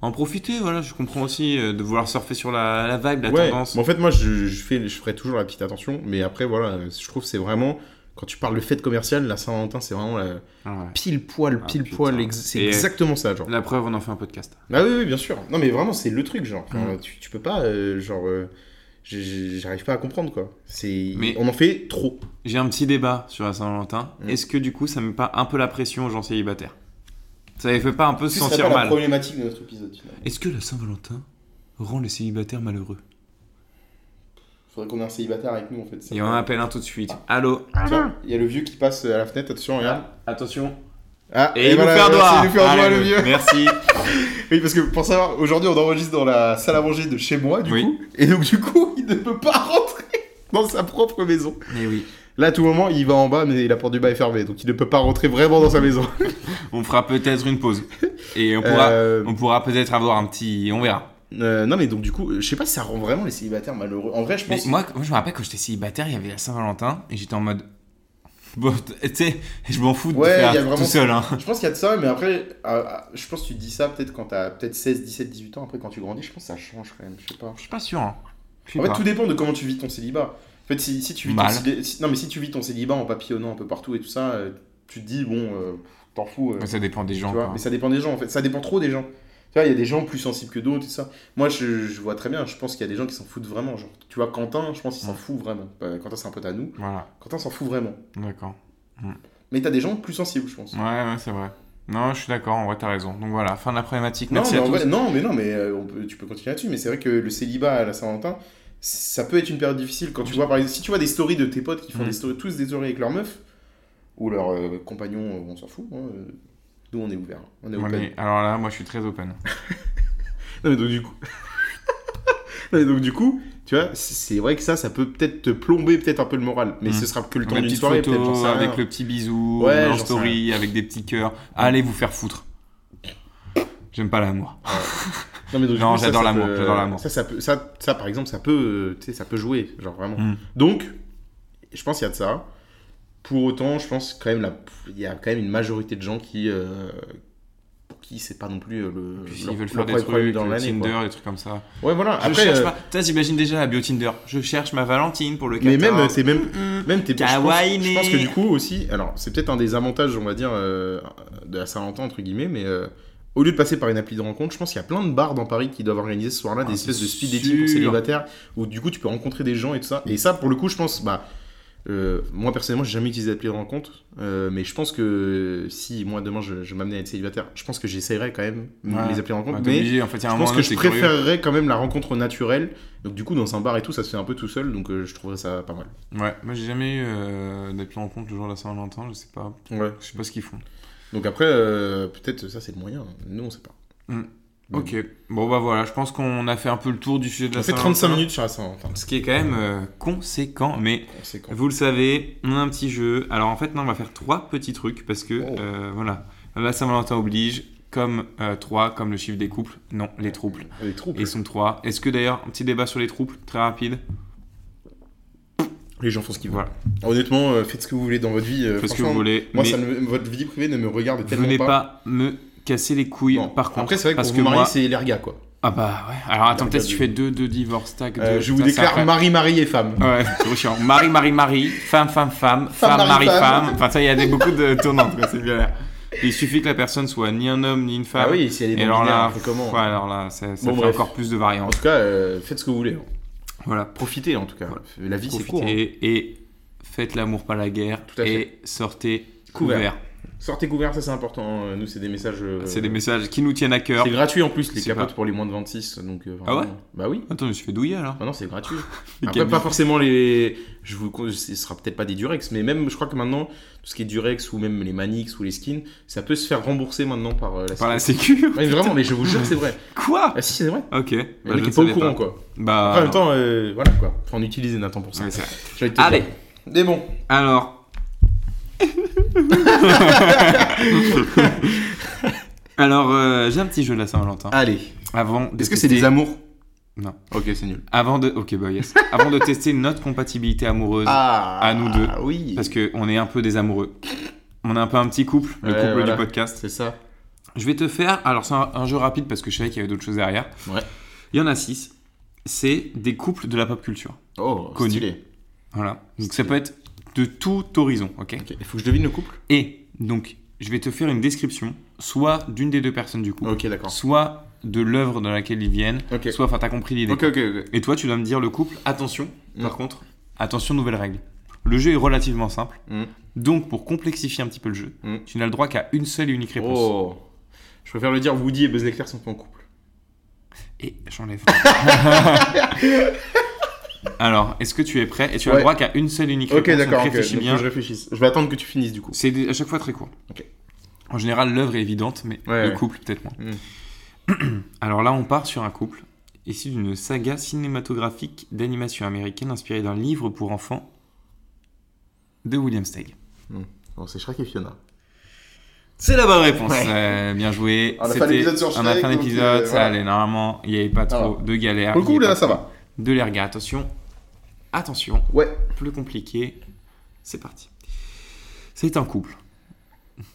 en profiter. Voilà, je comprends aussi euh, de vouloir surfer sur la, la vibe, la
ouais.
tendance.
mais en fait, moi, je, je fais, je ferai toujours la petite attention, mais après, voilà, je trouve que c'est vraiment. Quand tu parles de fête commerciale, la Saint-Valentin, c'est vraiment la
Ah, ouais.
pile poil,
Ah,
pile
putain.
poil, ex- c'est
Et-
exactement ça, genre.
La preuve, on en fait un podcast.
Ah oui, oui, bien sûr. Non, mais vraiment, c'est le truc, genre. Enfin,
Mm.
tu, tu peux pas, euh, genre. euh, j'ai- j'ai- J'arrive pas à comprendre, quoi. C'est.
Mais-
On en fait trop.
J'ai un petit débat sur la Saint-Valentin.
Mm.
Est-ce que du coup, ça met pas un peu la pression aux gens célibataires Ça les fait pas un peu se
Ce serait
sentir
pas
mal
la problématique de notre épisode, finalement.
Est-ce que la Saint-Valentin rend les célibataires malheureux
Faudrait qu'on ait un célibataire avec nous, en fait.
Et on en appelle un tout de suite. Allô
Tiens, Il y a le vieux qui passe à la fenêtre, attention, regarde.
Attention.
Ah,
Et, il
voilà,
nous fait un
merci,
doigt.
il nous fait un doigt,
Allez,
le vieux. [LAUGHS]
Merci.
Oui, parce que pour savoir, aujourd'hui on enregistre dans la salle à manger de chez moi, du
Oui.
coup. Et donc, du coup, il ne peut pas rentrer dans sa propre maison.
Mais Eh oui.
Là, à tout moment, il va en bas, mais la porte du bas est fermée. Donc, il ne peut pas rentrer vraiment dans sa maison.
On fera peut-être une pause. Et on pourra,
Euh,
on pourra peut-être avoir un petit. On verra.
euh, non, mais donc, du coup, je sais pas si ça rend vraiment les célibataires malheureux. En vrai, je
Mais
pense.
moi, moi, je me rappelle quand j'étais célibataire, il y avait la Saint-Valentin et j'étais en mode. Bon, [LAUGHS] tu sais, je m'en fous de
Ouais,
faire
il y a vraiment-
tout seul. Hein.
Je pense qu'il y a de ça, mais après, euh, euh, je pense que tu dis ça peut-être quand t'as peut-être 16, 17, 18 ans. Après, quand tu grandis, je pense que ça change quand même. Je sais pas.
Je suis pas sûr. Hein. Je sais
En fait,
pas.
tout dépend de comment tu vis ton célibat. En fait, si, si tu vis ton
Mal.
célé- si- non, mais si tu vis ton célibat en papillonnant un peu partout et tout ça, euh, tu te dis, bon, euh, t'en fous. euh,
Mais Ça dépend des gens.
tu vois,
quoi.
mais ça dépend des gens en fait. Ça dépend trop des gens. Tu vois, il y a des gens plus sensibles que d'autres et ça. Moi, je, je vois très bien. Je pense qu'il y a des gens qui s'en foutent vraiment. Genre, tu vois, Quentin, je pense qu'il s'en
Mm.
fout vraiment. Euh, Quentin, c'est un pote à nous.
Voilà,
Quentin s'en fout vraiment.
d'accord.
Mais t'as des gens plus sensibles, je pense.
Ouais, ouais, c'est vrai. Non, je suis d'accord, en vrai, t'as raison. Donc voilà, fin de la problématique.
Non,
Merci
mais
à
en
tous.
vrai- non, mais non, mais euh, on peut- tu peux continuer là-dessus. Mais c'est vrai que le célibat à la Saint-Valentin, ça peut être une période difficile quand tu vois, par exemple, si tu vois des stories de tes potes qui font
Mhm.
des stories, tous des stories avec leur meuf ou leur euh, compagnon, euh, on s'en fout. hein, euh, nous, on est ouvert. hein, On est
Ouais,
open.
mais alors là, moi, je suis très open.
Non, mais donc du coup. [LAUGHS] Non, mais donc du coup, tu vois, c'est- c'est vrai que ça, ça peut peut-être te plomber peut-être un peu le moral, mais
Mhm.
ce sera que le temps
La
d'une
petite
soirée, peut-être. j'en
photo
sais rien.
avec le petit bisou,
Ouais,
en
j'en sais
story, avec des petits cœurs. Allez vous faire foutre. J'aime pas l'amour.
Non, mais donc, du
Non,
coup, ça,
j'adore
ça
l'amour,
peut-
j'adore l'amour.
Ça, ça, peut, ça, ça, par exemple, ça peut, euh, tu sais, ça peut jouer, genre vraiment.
Mhm.
Donc, je pense qu'il y a de ça. Pour autant, je pense quand même la- il y a quand même une majorité de gens qui, euh, pour qui c'est pas non plus euh, le.
Puis
leur-
Ils veulent faire
leur
des
premier problème
trucs,
dans
euh,
l'année,
Tinder,
quoi.
des trucs comme ça.
Ouais, voilà. Après,
je cherche
euh,
pas. Putain, j'imagine déjà la bio Tinder. Je cherche ma Valentine pour le 14.
mais même, euh, c'est même,
Mm-mm.
Même tes je pense-
Kawaii.
Je pense que du coup aussi, alors c'est peut-être un des avantages, on va dire, euh, de la Saint-Valentin entre guillemets, mais euh, au lieu de passer par une appli de rencontre, je pense qu'il y a plein de bars dans Paris qui doivent organiser ce soir-là
Ah,
des espèces
c'est
de speed dating pour
sûr.
célibataires où du coup tu peux rencontrer des gens et tout ça. Et ça, pour le coup, je pense, bah. euh, moi personnellement, j'ai jamais utilisé d'appli de rencontre, euh, mais je pense que si moi demain je, je m'amenais à être célibataire, je pense que j'essayerais quand même
Ouais.
les applis de rencontre.
Ouais, t'es
mais
obligé, en fait, il y a un
je
moment
pense que
donné,
je
t'es curieux.
préférerais quand même la rencontre naturelle. Donc du coup, dans un bar et tout, ça se fait un peu tout seul, donc euh, je trouverais ça pas mal.
Ouais, moi j'ai jamais eu euh, d'appli en compte le jour de la Saint-Valentin, je sais pas.
Ouais.
Je sais pas ce qu'ils font.
Donc après, euh, peut-être ça c'est le moyen. Nous on sait pas.
Mm.
Mais
Ok, bon bah voilà, je pense qu'on a fait un peu le tour du sujet de
On
la
fait
Saint-Valentin.
35 minutes sur la Saint-Valentin.
Ce qui est quand même euh, conséquent, mais
C'est quand
vous le savez, on a un petit jeu. Alors en fait, non, on va faire trois petits trucs parce que
Oh.
euh, voilà, la Saint-Valentin oblige, comme euh, trois, comme le chiffre des couples, non, les troubles.
Les troupes.
Et ils sont trois. Est-ce que d'ailleurs, un petit débat sur les troubles, très
Euh,
rapide
Les gens font ce qu'ils veulent.
Voilà,
Honnêtement, euh, faites ce que vous voulez dans votre vie. euh,
faites ce que
franchement,
vous voulez.
Moi,
mais
ça ne- votre vie privée ne me regarde tellement
venez
pas.
pas. me casser les couilles
Non.
par contre.
Après, c'est vrai que
parce
pour
que
vous marier,
moi-
c'est les regards quoi.
Ah bah ouais. Alors attends,
Bah,
peut-être tu
regarde,
fais deux, deux divorces, tac.
Euh,
deux-
je vous
ça, ça
déclare
après. Ah,
mari, mari et femme.
Ouais, c'est trop chiant. Mari, mari, mari, femme, femme, femme, femme,
mari,
mari,
femme.
femme. Enfin, ça, il y a des, beaucoup de tournantes, quoi, c'est galère. Il suffit que la personne soit ni un homme ni une femme.
Ah oui, si elle
Et
est
alors là,
non-binaire, on fait comment hein
pff, ouais, alors là, ça, ça
Bon,
fait
bref.
encore plus de
En
variantes.
tout cas, euh, faites ce que vous voulez. hein.
Voilà.
Profitez en tout cas.
Voilà.
La vie c'est
Profitez
court. hein.
et faites l'amour, pas la guerre.
Tout à fait.
Et sortez
Couvert.
couvert.
hein. Sortez couvert, ça c'est important. Euh, Nous c'est des messages. euh,
C'est des messages qui nous tiennent à cœur.
C'est gratuit en plus les
C'est
capotes
pas-
pour les moins de 26. Donc, euh,
Ah ouais
vraiment. Bah oui.
Attends, je me suis fait douiller alors.
Ah non, c'est gratuit.
Les
Après,
cabines.
pas forcément les. Je vous... con- Ce sera peut-être pas des Durex, mais même, je crois que maintenant, tout ce qui est Durex ou même les Manix ou les skins, ça peut se faire rembourser maintenant par euh, la
Par la
sécurité.
sécu.
Ouais, vraiment, [LAUGHS] mais je vous jure, c'est vrai.
[LAUGHS] Quoi
Ah si, c'est vrai.
Ok.
Mais
Bah,
le
je
mec
ne
est pas au
savais
courant, quoi.
Bah.
Après, en même temps, euh, voilà, quoi. Faut en utiliser, Nathan, pour ça.
ouais, c'est vrai.
J'ai envie de te
Allez.
dire. Mais bon. [LAUGHS]
Alors. Alors, euh, j'ai un petit jeu de la Saint-Valentin.
Allez.
Avant de
Ah. Est-ce que c'est
tester-
des amours
Ah. Non.
Ok, c'est nul.
Avant de. Ok, bah yes. Avant de tester notre compatibilité amoureuse.
Ah,
à nous deux.
Oui.
Parce qu'on est un peu des amoureux. On est un peu un petit couple, le
Ouais,
couple
voilà.
du podcast.
C'est ça.
Je vais te faire. Alors, c'est un, un jeu rapide parce que je savais qu'il y avait d'autres choses derrière.
Ouais.
Il y en a six. C'est des couples de la pop culture.
Oh,
Connu.
stylé.
Voilà. Donc, ça peut être de tout horizon, ok
Ok. Il faut que je devine le couple
Et donc, je vais te faire une description, soit d'une des deux personnes du couple,
Ok, d'accord.
soit de l'œuvre dans laquelle ils viennent,
Ok.
soit, enfin, t'as compris l'idée.
Ok, ok, ok.
Et toi, tu dois me dire le couple, attention,
Mm.
par contre, attention, nouvelle règle. Le jeu est relativement simple,
Mm.
donc pour complexifier un petit peu le jeu,
Mm.
tu n'as le droit qu'à une seule et unique réponse.
Oh. Je préfère le dire, Woody et Buzz Lightyear sont pas en couple.
Et j'enlève. [LAUGHS] Alors, est-ce que tu es prêt Et tu as
Ouais.
le droit qu'à une seule et unique
Ok,
réponse. donc
d'accord, ok.
Réfléchis
Donc, faut
bien.
que je réfléchisse. Je vais attendre que tu finisses du coup.
C'est des- à chaque fois très court.
Ok.
En général, l'œuvre est évidente, mais
Ouais, Hmm.
le
ouais.
couple peut-être moins. [CLEARS THROAT] Alors là, on part sur un couple issu d'une saga cinématographique d'animation américaine inspirée d'un livre pour enfants de William Steig.
Bon, c'est Shrek et Fiona.
C'est la bonne réponse.
Ouais.
Euh, bien joué.
On a fait
C'était-
l'épisode sur
On a
Shrek,
fait un
donc, euh,
épisode. ça
voilà.
allait normalement. Il n'y avait pas trop de galères.
Pour
Ah, il
le coup,
y avait
là,
pas
ça va.
De l'erga. Attention. Attention.
Ouais.
Plus compliqué. C'est parti. C'est un couple.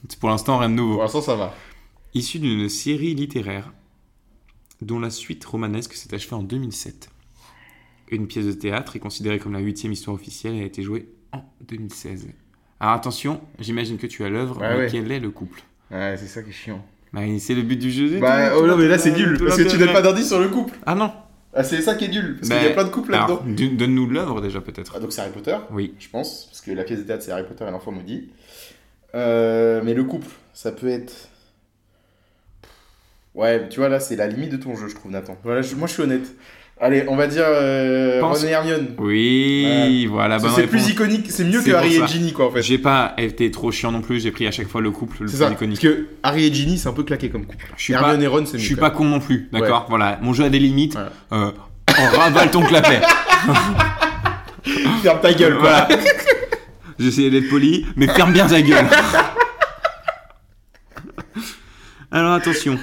C'est Pour l'instant, rien de nouveau.
Pour l'instant, ça va.
issu d'une série littéraire dont la suite romanesque s'est achevée en 2007. Une pièce de théâtre est considérée comme la huitième histoire officielle et a été jouée en 2016. Alors attention, j'imagine que tu as l'œuvre,
Ouais,
mais
ouais.
quel est le couple
Ouais, c'est ça qui est chiant.
Bah, C'est le but du jeu.
Bah,
tout-
oh
tout-
non, mais là,
tout-
c'est
tout-
nul.
tout
Parce que tu
l'intérêt.
n'es pas interdit sur le couple.
Ah non
Ah, c'est ça qui est nul. Parce
Bah,
qu'il y a plein de couples
alors,
là-dedans.
don- Donne-nous l'œuvre déjà peut-être.
Ah, donc, c'est Harry Potter,
Oui.
je pense. Parce que la pièce de théâtre, c'est Harry Potter et l'enfant maudit. Euh, mais le couple, ça peut être. Ouais, tu vois, là, c'est la limite de ton jeu, je trouve, Nathan. Voilà, je- moi, je suis honnête. Allez, on va dire euh,
Pense-
Ron et Hermione.
Oui, voilà, bonne
c'est
réponse.
plus iconique, c'est mieux
C'est
que Harry
pour
et
ça.
Ginny, quoi, en fait.
J'ai pas été trop chiant non plus, j'ai pris à chaque fois le couple le
C'est
plus
ça. Parce
iconique.
que Harry et Ginny, c'est un peu claqué comme couple.
Je suis
Hermione et Ron, c'est mieux.
Je suis
quand
pas
même.
con non plus, d'accord Voilà, mon jeu a des limites.
Voilà.
Euh, en ravale ton
[LAUGHS]
clapet.
Ferme
[LAUGHS]
ta gueule, quoi.
Voilà. J'essayais d'être poli, mais ferme bien ta gueule. Alors attention.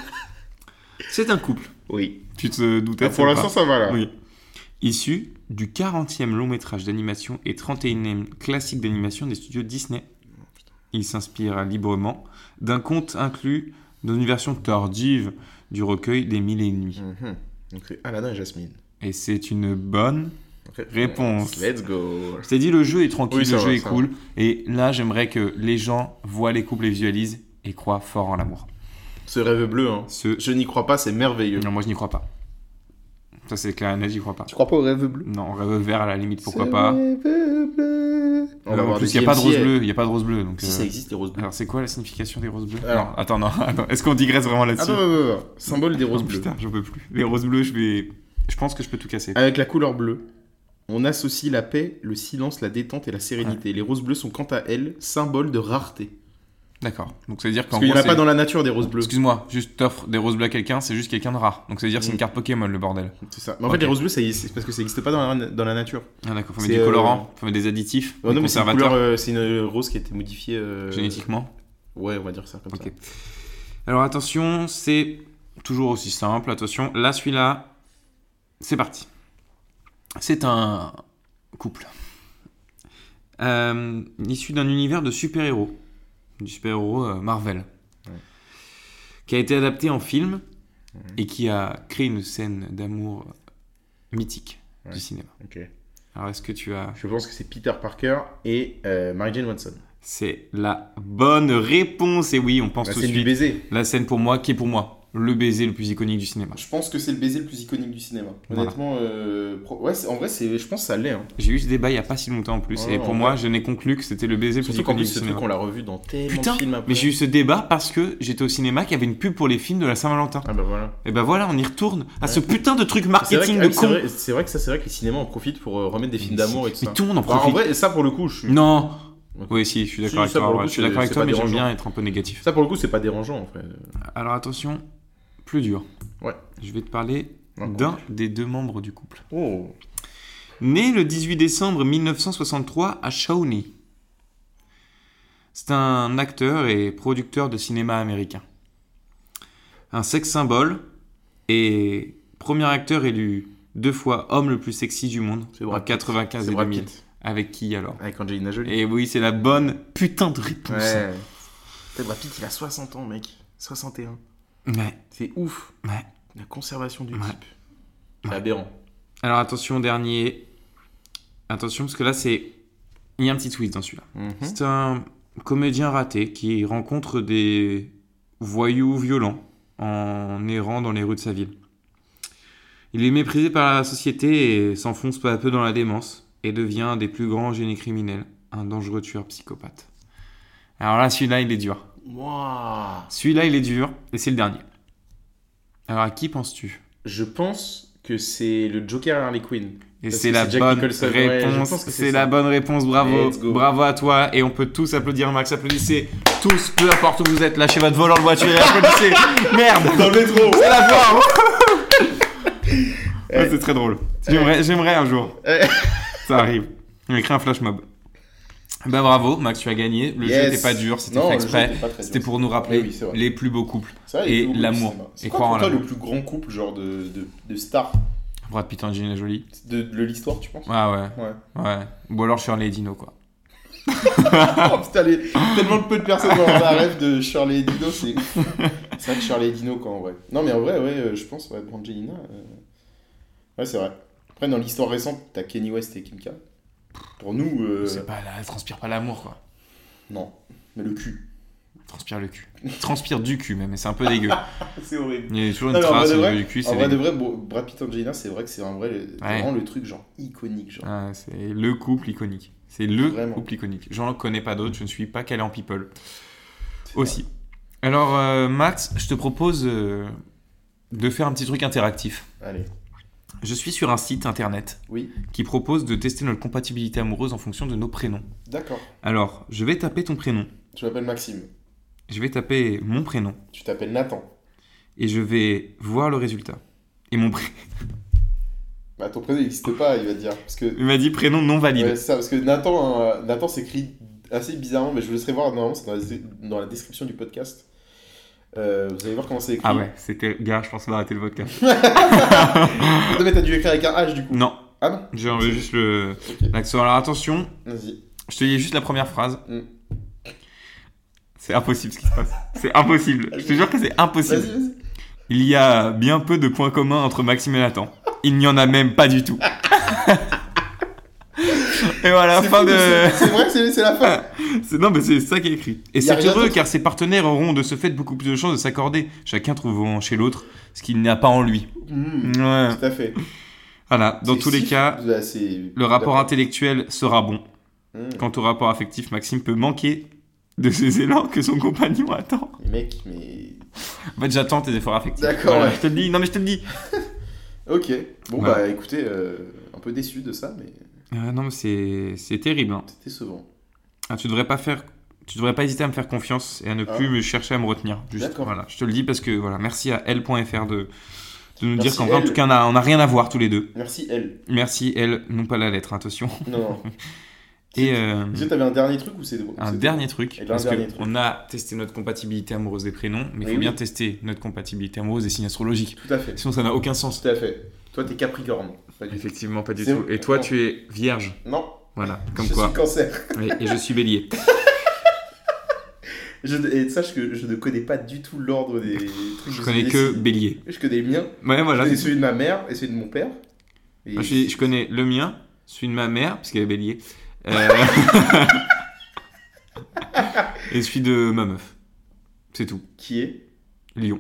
C'est un couple.
Oui. Ah,
Tu te doutais
pour
ou
l'instant,
pas
ça va, là.
Oui. Issu du 40e long métrage d'animation et 31e classique d'animation des studios Disney. Il s'inspire librement d'un conte inclus dans une version tardive du recueil des Mille et une nuits.
Mhm. Donc, c'est Aladdin et Jasmine.
Et c'est une bonne Réponse.
Let's go.
Je t'ai dit, le jeu est tranquille,
Oui, ça
le
va,
jeu est
ça
cool. Et là, j'aimerais que les gens voient les couples, les visualisent et croient fort en l'amour.
Ce rêve bleu, hein.
Ce...
Je n'y crois pas, c'est merveilleux.
Non, moi, je n'y crois pas. Ça, c'est clair et net, j'y crois pas.
Tu crois pas au rêve bleu
Non, rêve vert à la limite, pourquoi pas.
On va
Euh, en
voir
plus,
des
il n'y a pas de
DMCA.
rose bleue. Il y a pas de rose bleue. Donc,
Si
euh,
ça existe, les roses bleues.
Alors, c'est quoi la signification des roses bleues
Alors-
Non,
Ah
attends, non, [LAUGHS] attends. Est-ce qu'on digresse vraiment là-dessus
Attends, attends, attends, attends. symbole des
Oh,
roses bleues.
Putain, j'en peux plus. Les roses bleues, je vais. Je pense que je peux tout casser.
Avec la couleur bleue, on associe la paix, le silence, la détente et la sérénité. Les roses bleues sont quant à elles symboles de rareté.
D'accord. Donc, ça veut dire qu'en
Parce qu'il n'y en
gros,
a pas
c'est-
dans la nature des roses bleues.
Excuse-moi, juste t'offres des roses bleues à quelqu'un, c'est juste quelqu'un de rare. Donc, ça veut dire que c'est
Mm.
une carte Pokémon, le bordel.
C'est ça. Mais en
Ok.
fait, les roses bleues, ça y est, c'est parce que ça n'existe pas dans la, dans la nature.
Ah d'accord, faut
C'est,
mettre
euh,
des colorants, faut mettre des additifs,
Oh
des
non, mais c'est une
conservateurs
couleur, euh, c'est une rose qui a été modifiée euh,
génétiquement.
Ouais, on va dire ça comme
Ok. Alors attention, c'est toujours aussi simple, attention. Là, celui-là, c'est parti. C'est un couple. Euh, issu d'un univers de super-héros, du super-héros euh, Marvel,
Ouais.
qui a été adapté en film et qui a créé une scène d'amour mythique
Ouais.
du cinéma.
ça. Ok.
Alors est-ce que tu as
Je pense que c'est Peter Parker et euh, Mary Jane Watson.
C'est la bonne réponse. Et oui, on pense
Bah,
tout
c'est
de
du
suite.
baiser.
La scène pour moi, qui est pour moi le baiser le plus iconique du cinéma.
Je pense que c'est le baiser le plus iconique du cinéma.
Voilà.
Honnêtement, euh, pro- ouais, c'est- en vrai, c'est- je pense que ça l'est. hein.
J'ai eu ce débat il y a pas si longtemps en plus,
Ouais,
et pour
Oh, ouais.
moi, je n'ai conclu que c'était le baiser le plus
Surtout qu'en
iconique
plus,
du
ce
cinéma.
truc, on l'a revu dans tellement
Putain,
de films après.
mais j'ai eu ce débat parce que j'étais au cinéma qui avait une pub pour les films de la Saint-Valentin.
Ah bah voilà.
Et ben voilà, on y retourne à
Ouais.
ce putain de truc
C'est vrai,
marketing
que-
de
ah oui, c'est
con.
vrai- c'est vrai que ça, c'est vrai que les cinémas en profitent pour euh, remettre des films d'amour et tout
Mais
ça.
tout le monde en
Bah, en
profite.
vrai, ça pour le coup, je suis.
Non.
Ok.
Oui, si, je suis
Si,
d'accord avec
ça,
toi.
pour le
ouais,
coup,
je suis
c'est-
d'accord avec
c'est
toi,
pas
mais j'aime
dérangeant.
bien être un peu négatif.
Ça pour le coup, c'est pas dérangeant en fait.
Alors attention, plus dur.
Ouais.
Je vais te parler
Encore
d'un des deux membres du couple.
Oh.
Né le 18 décembre 1963 à Shawnee. C'est un acteur et producteur de cinéma américain. Un sex symbole et premier acteur élu deux fois homme le plus sexy du monde
C'est
en
Brad Pitt.
95
C'est
et
Brad
2000.
Pitt
Avec qui alors
avec Angelina Jolie.
Et oui, c'est la bonne putain de réponse.
Ouais. Putain, Brad Pitt, il a 60 ans, mec. 61.
Ouais.
C'est ouf.
Ouais.
La conservation du
Ouais.
type. C'est aberrant.
Alors attention, dernier. Attention, parce que là, c'est. Il y a un petit twist dans celui-là. Mmh.
Mhm.
C'est un comédien raté qui rencontre des voyous violents en errant dans les rues de sa ville. Il est méprisé par la société et s'enfonce peu à peu dans la démence et devient un des plus grands génies criminels, un dangereux tueur psychopathe. Alors là, celui-là, il est dur.
Waouh.
Celui-là, il est dur et c'est le dernier. Alors à qui penses-tu
Je pense que c'est le Joker et Harley Quinn.
Et
Parce
c'est
que
la
c'est Jack
bonne
Nicholson, ouais,
réponse.
je pense que c'est
c'est la
ça.
bonne réponse. Bravo,
Let's go.
bravo à toi. Et on peut tous applaudir Max. Applaudissez tous, peu importe où vous êtes. Lâchez votre volant de voiture et
[LAUGHS]
applaudissez. Merde.
Dans le métro.
C'est la
[LAUGHS]
fin. Ouais, c'est très drôle. J'aimerais, j'aimerais un jour.
Eh.
Ça arrive. On écrit un flash mob. Bah bravo, Max, tu as gagné. Le jeu
Yes.
n'était pas dur, c'était
Non,
fait
le jeu
exprès.
était pas très dur. Eh
C'était pour nous rappeler
Oui, oui, c'est vrai.
les plus beaux couples.
C'est vrai,
Et
les plus gros
l'amour.
couples du cinéma.
Et
C'est quoi
croire
pour
en
toi le
l'amour.
plus grand couple genre de, de, de stars
Brad Pitt, Angelina Jolie.
de, de l'histoire, tu penses
Ah ouais,
Ouais.
ouais. Ou alors Shirley et Dino, quoi.
[LAUGHS] Oh putain, les- tellement peu de personnes ont un rêve de Shirley et Dino, c'est ouf. C'est vrai que Shirley et Dino, quoi, en vrai. Non, mais en vrai, ouais, euh, je pense, ouais, Brangelina. euh, Ouais, c'est vrai. Après, dans l'histoire récente, t'as Kenny West et Kim K. Pour nous, euh,
C'est pas, elle transpire pas l'amour, quoi.
non. Mais le cul.
Transpire le cul. Transpire du cul même, mais c'est un peu dégueu.
C'est horrible.
Il y a toujours une
Non, mais en vrai
trace
de
au
vrai-
niveau du cul,
En
c'est
vrai, de
dégueu.
vrai, bon, Brad Pitt Angelina, c'est vrai que c'est un vrai, le-
Ouais.
vraiment le truc, genre, iconique, genre.
Ah, c'est le couple iconique. C'est le
Vraiment.
couple iconique. J'en connais pas d'autres, je ne suis pas calé en people. Aussi. Alors euh, Max, je te propose euh, de faire un petit truc interactif.
Allez.
Je suis sur un site internet
Oui,
qui propose de tester notre compatibilité amoureuse en fonction de nos prénoms.
d'accord.
Alors, je vais taper ton prénom,
Je m'appelle Maxime.
je vais taper mon prénom,
Tu t'appelles Nathan.
et je vais voir le résultat. Et mon prénom...
Bah, ton prénom n'existe pas, il va dire. Parce que,
[LAUGHS] Il m'a dit prénom non valide.
ouais, c'est ça, parce que Nathan, euh, Nathan s'écrit assez bizarrement, mais je vous laisserai voir, normalement, c'est dans, la- dans la description du podcast. Euh, vous allez voir comment c'est écrit.
Ah ouais, c'était... Gars, je pense qu'on va arrêter le podcast.
Non, mais t'as dû écrire avec un H du coup.
non,
Ah non
j'ai enlevé juste le...
Ok.
l'accent. Alors attention,
Vas-y.
je te lis juste la première phrase.
Mm.
C'est impossible ce qui se passe. C'est impossible. Je te jure que c'est impossible.
Vas-y, vas-y.
Il y a bien peu de points communs entre Maxime et Nathan. Il n'y en a même pas
[LAUGHS]
du tout. et voilà,
C'est
fin
fou,
de.
mais c'est- C'est vrai, c'est c'est la
[LAUGHS]
fin.
C'est- Non, mais c'est ça qui est écrit. Et
Y a
c'est
rien
heureux
d'autre.
car ses partenaires auront de ce fait beaucoup plus de chances de s'accorder, chacun trouvant chez l'autre ce qu'il n'a pas en lui.
Mmh,
Ouais.
Tout à fait.
Voilà, dans
C'est
tous les
si-
cas,
bah, c'est-
le rapport intellectuel sera bon.
Mmh.
Quant au rapport affectif, Maxime peut manquer de ses élans que son compagnon attend.
Mais Mec, Hmm, mais.
En fait, j'attends tes efforts affectifs.
D'accord,
Voilà,
ouais.
Je te le dis, non mais je te le dis.
Ok. Bon,
Voilà.
bah écoutez, euh, un peu déçu de ça, mais
Euh, non mais c'est c'est terrible. hein.
c'était souvent.
Ah, tu devrais pas faire, tu devrais pas hésiter à me faire confiance et à ne
Ah.
plus me chercher à me retenir. Juste,
D'accord.
Voilà, je te le dis parce que voilà, merci à L.fr de de nous
Merci,
dire qu'en vrai, en
L.
tout cas on a, on a rien à voir tous les deux.
Merci, elle.
Merci elle, non pas la lettre, attention.
Non, non.
[LAUGHS] Et euh,
Tu sais, t'avais un dernier truc ou c'est
un
c'est-
dernier truc,
Et l'un
parce
dernier
que
truc.
on a testé notre compatibilité amoureuse des prénoms, mais il
Oui,
faut
oui.
bien tester notre compatibilité amoureuse des signes astrologiques.
Tout à fait.
Sinon ça n'a aucun sens.
Tout à fait. Toi, t'es Capricorne. Pas du tout.
Effectivement, pas du
C'est-
tout. Et toi, tu es vierge.
Non,
Voilà, comme
je
quoi.
suis Cancer.
Et, et je suis
[LAUGHS]
bélier.
Je, et sache que je ne connais pas du tout l'ordre des trucs.
Je connais que bélier.
Je connais le mien.
Ouais, voilà.
je connais
c'est-
celui de ma mère et celui de mon père. Et-
Moi, je, suis- je connais le mien, celui de ma mère, parce qu'elle est bélier. euh, [LAUGHS] et celui de ma meuf. C'est tout.
Qui est
Lion.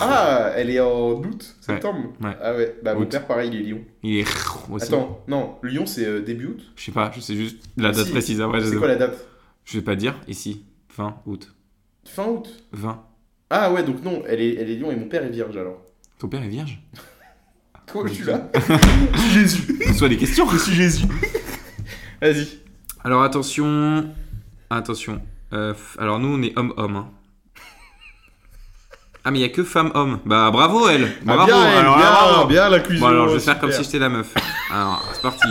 Ah, elle est en août, septembre.
Ouais.
Ah ouais, bah mon
Août.
père, pareil, il est Lyon.
Il est aussi.
Attends, non, Lyon, c'est euh, début août.
Je sais pas, je sais juste la date
Si.
précise. après, je
c'est
sais
quoi
pas.
la date
Je vais pas dire ici. 20 août.
Fin août.
20.
Ah ouais, donc non, elle est, elle est Lyon et mon père est vierge alors.
Ton père est vierge
Quoi,
Oui.
je suis là [LAUGHS] Jésus.
Soit des questions.
Je suis Jésus. Vas-y.
Alors attention. Attention. Euh, f- alors nous, on est homme-homme. hein. Ah, mais il y a que femme-homme. Bah bravo, elle.
Ah,
Bravo.
bien, elle,
alors là,
bien,
bravo.
bien l'inclusion.
Bon alors je vais faire comme si
super.
j'étais la meuf. Alors c'est parti.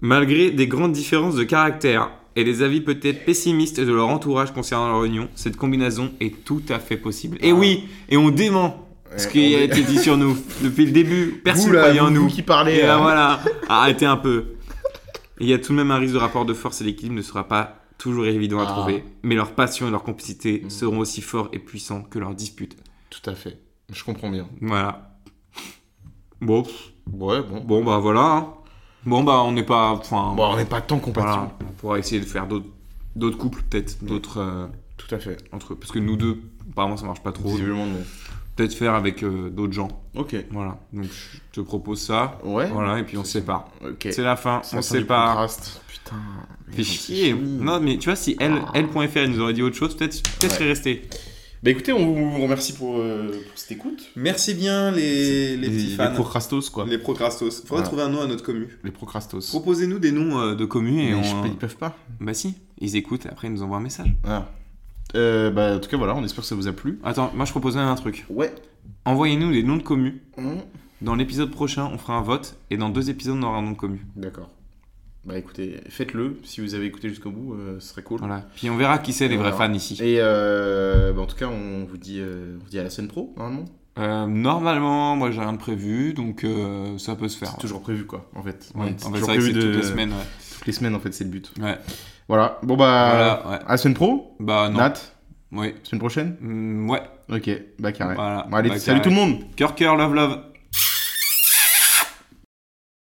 Malgré des grandes différences de caractère et des avis peut-être pessimistes de leur entourage concernant leur union, cette combinaison est tout à fait possible. Et oui, et on dément ce
Ah. Ouais,
qui
on
a
est-
été dit sur nous depuis le début. Personne
Vous, là,
croyait en
vous- vous
nous.
qui parlez.
Et là,
euh,
voilà, arrêtez un peu. Il y a tout de même un risque de rapport de force et l'équilibre ne sera pas toujours évident à
Ah.
trouver, mais leur passion et leur complicité
Mhm.
seront aussi forts et puissants que leur dispute.
Tout à fait. Je comprends bien.
Voilà. Bon,
Ouais, bon.
Bon bah voilà. hein. Bon bah on n'est pas. Enfin,
Bon, on n'est pas tant compatibles.
voilà. On pourra essayer de faire d'autres d'autres couples peut-être, d'autres euh,
Tout à fait.
entre eux. Parce que nous deux, apparemment ça marche pas trop.
Visiblement, non.
Peut-être faire avec euh, d'autres gens.
Ok.
Voilà. Donc je te propose ça.
Ouais.
Voilà et puis on se sépare.
Ok.
C'est la fin.
C'est
On
la
se
fin du
sépare.
contraste. Putain. mais
Fais
non,
chier.
c'est fini.
Non mais tu vois si elle,
Ah.
elle.fr elle nous aurait dit autre chose, peut-être peut
Ouais.
serait resté.
Bah écoutez, on vous remercie pour, euh, pour cette écoute.
Merci bien les, les petits fans.
Les procrastos, quoi.
Les procrastos. Faudrait
Voilà.
trouver un nom à notre commu.
Les procrastos.
Proposez-nous des noms euh, de communes et
Mais
on.
je sais pas, ils peuvent pas.
Bah si, ils écoutent, après ils nous envoient un message.
Ah. Euh, bah, en tout cas, voilà, on espère que ça vous a plu.
Attends, moi je proposais un truc.
Ouais. Mmh.
Envoyez-nous des noms de communes Dans l'épisode prochain, on fera un vote et dans deux épisodes, on aura un nom de commu.
D'accord. Bah écoutez, faites-le. Si vous avez écouté jusqu'au bout, euh, ce serait cool.
Voilà. Puis on verra qui c'est les vrais
Voilà.
fans ici.
Et euh, bah, en tout cas, on vous dit, euh, on vous dit à la scène pro, normalement.
Euh, normalement, moi j'ai rien de prévu, donc euh, ça peut se faire.
C'est toujours prévu, quoi, en fait.
Ouais,
Ouais,
en fait, c'est vrai que c'est toutes les semaines. ouais.
Toutes les semaines, en fait, c'est le but.
Ouais.
Voilà. Bon, bah.
Voilà, ouais.
À la semaine pro,
Bah non.
Nat.
Oui.
Semaine prochaine
Mm, ouais.
Ok, bah carré.
Voilà.
Bon, allez,
Bah,
salut
carré.
tout le monde
Cœur, cœur, love, love.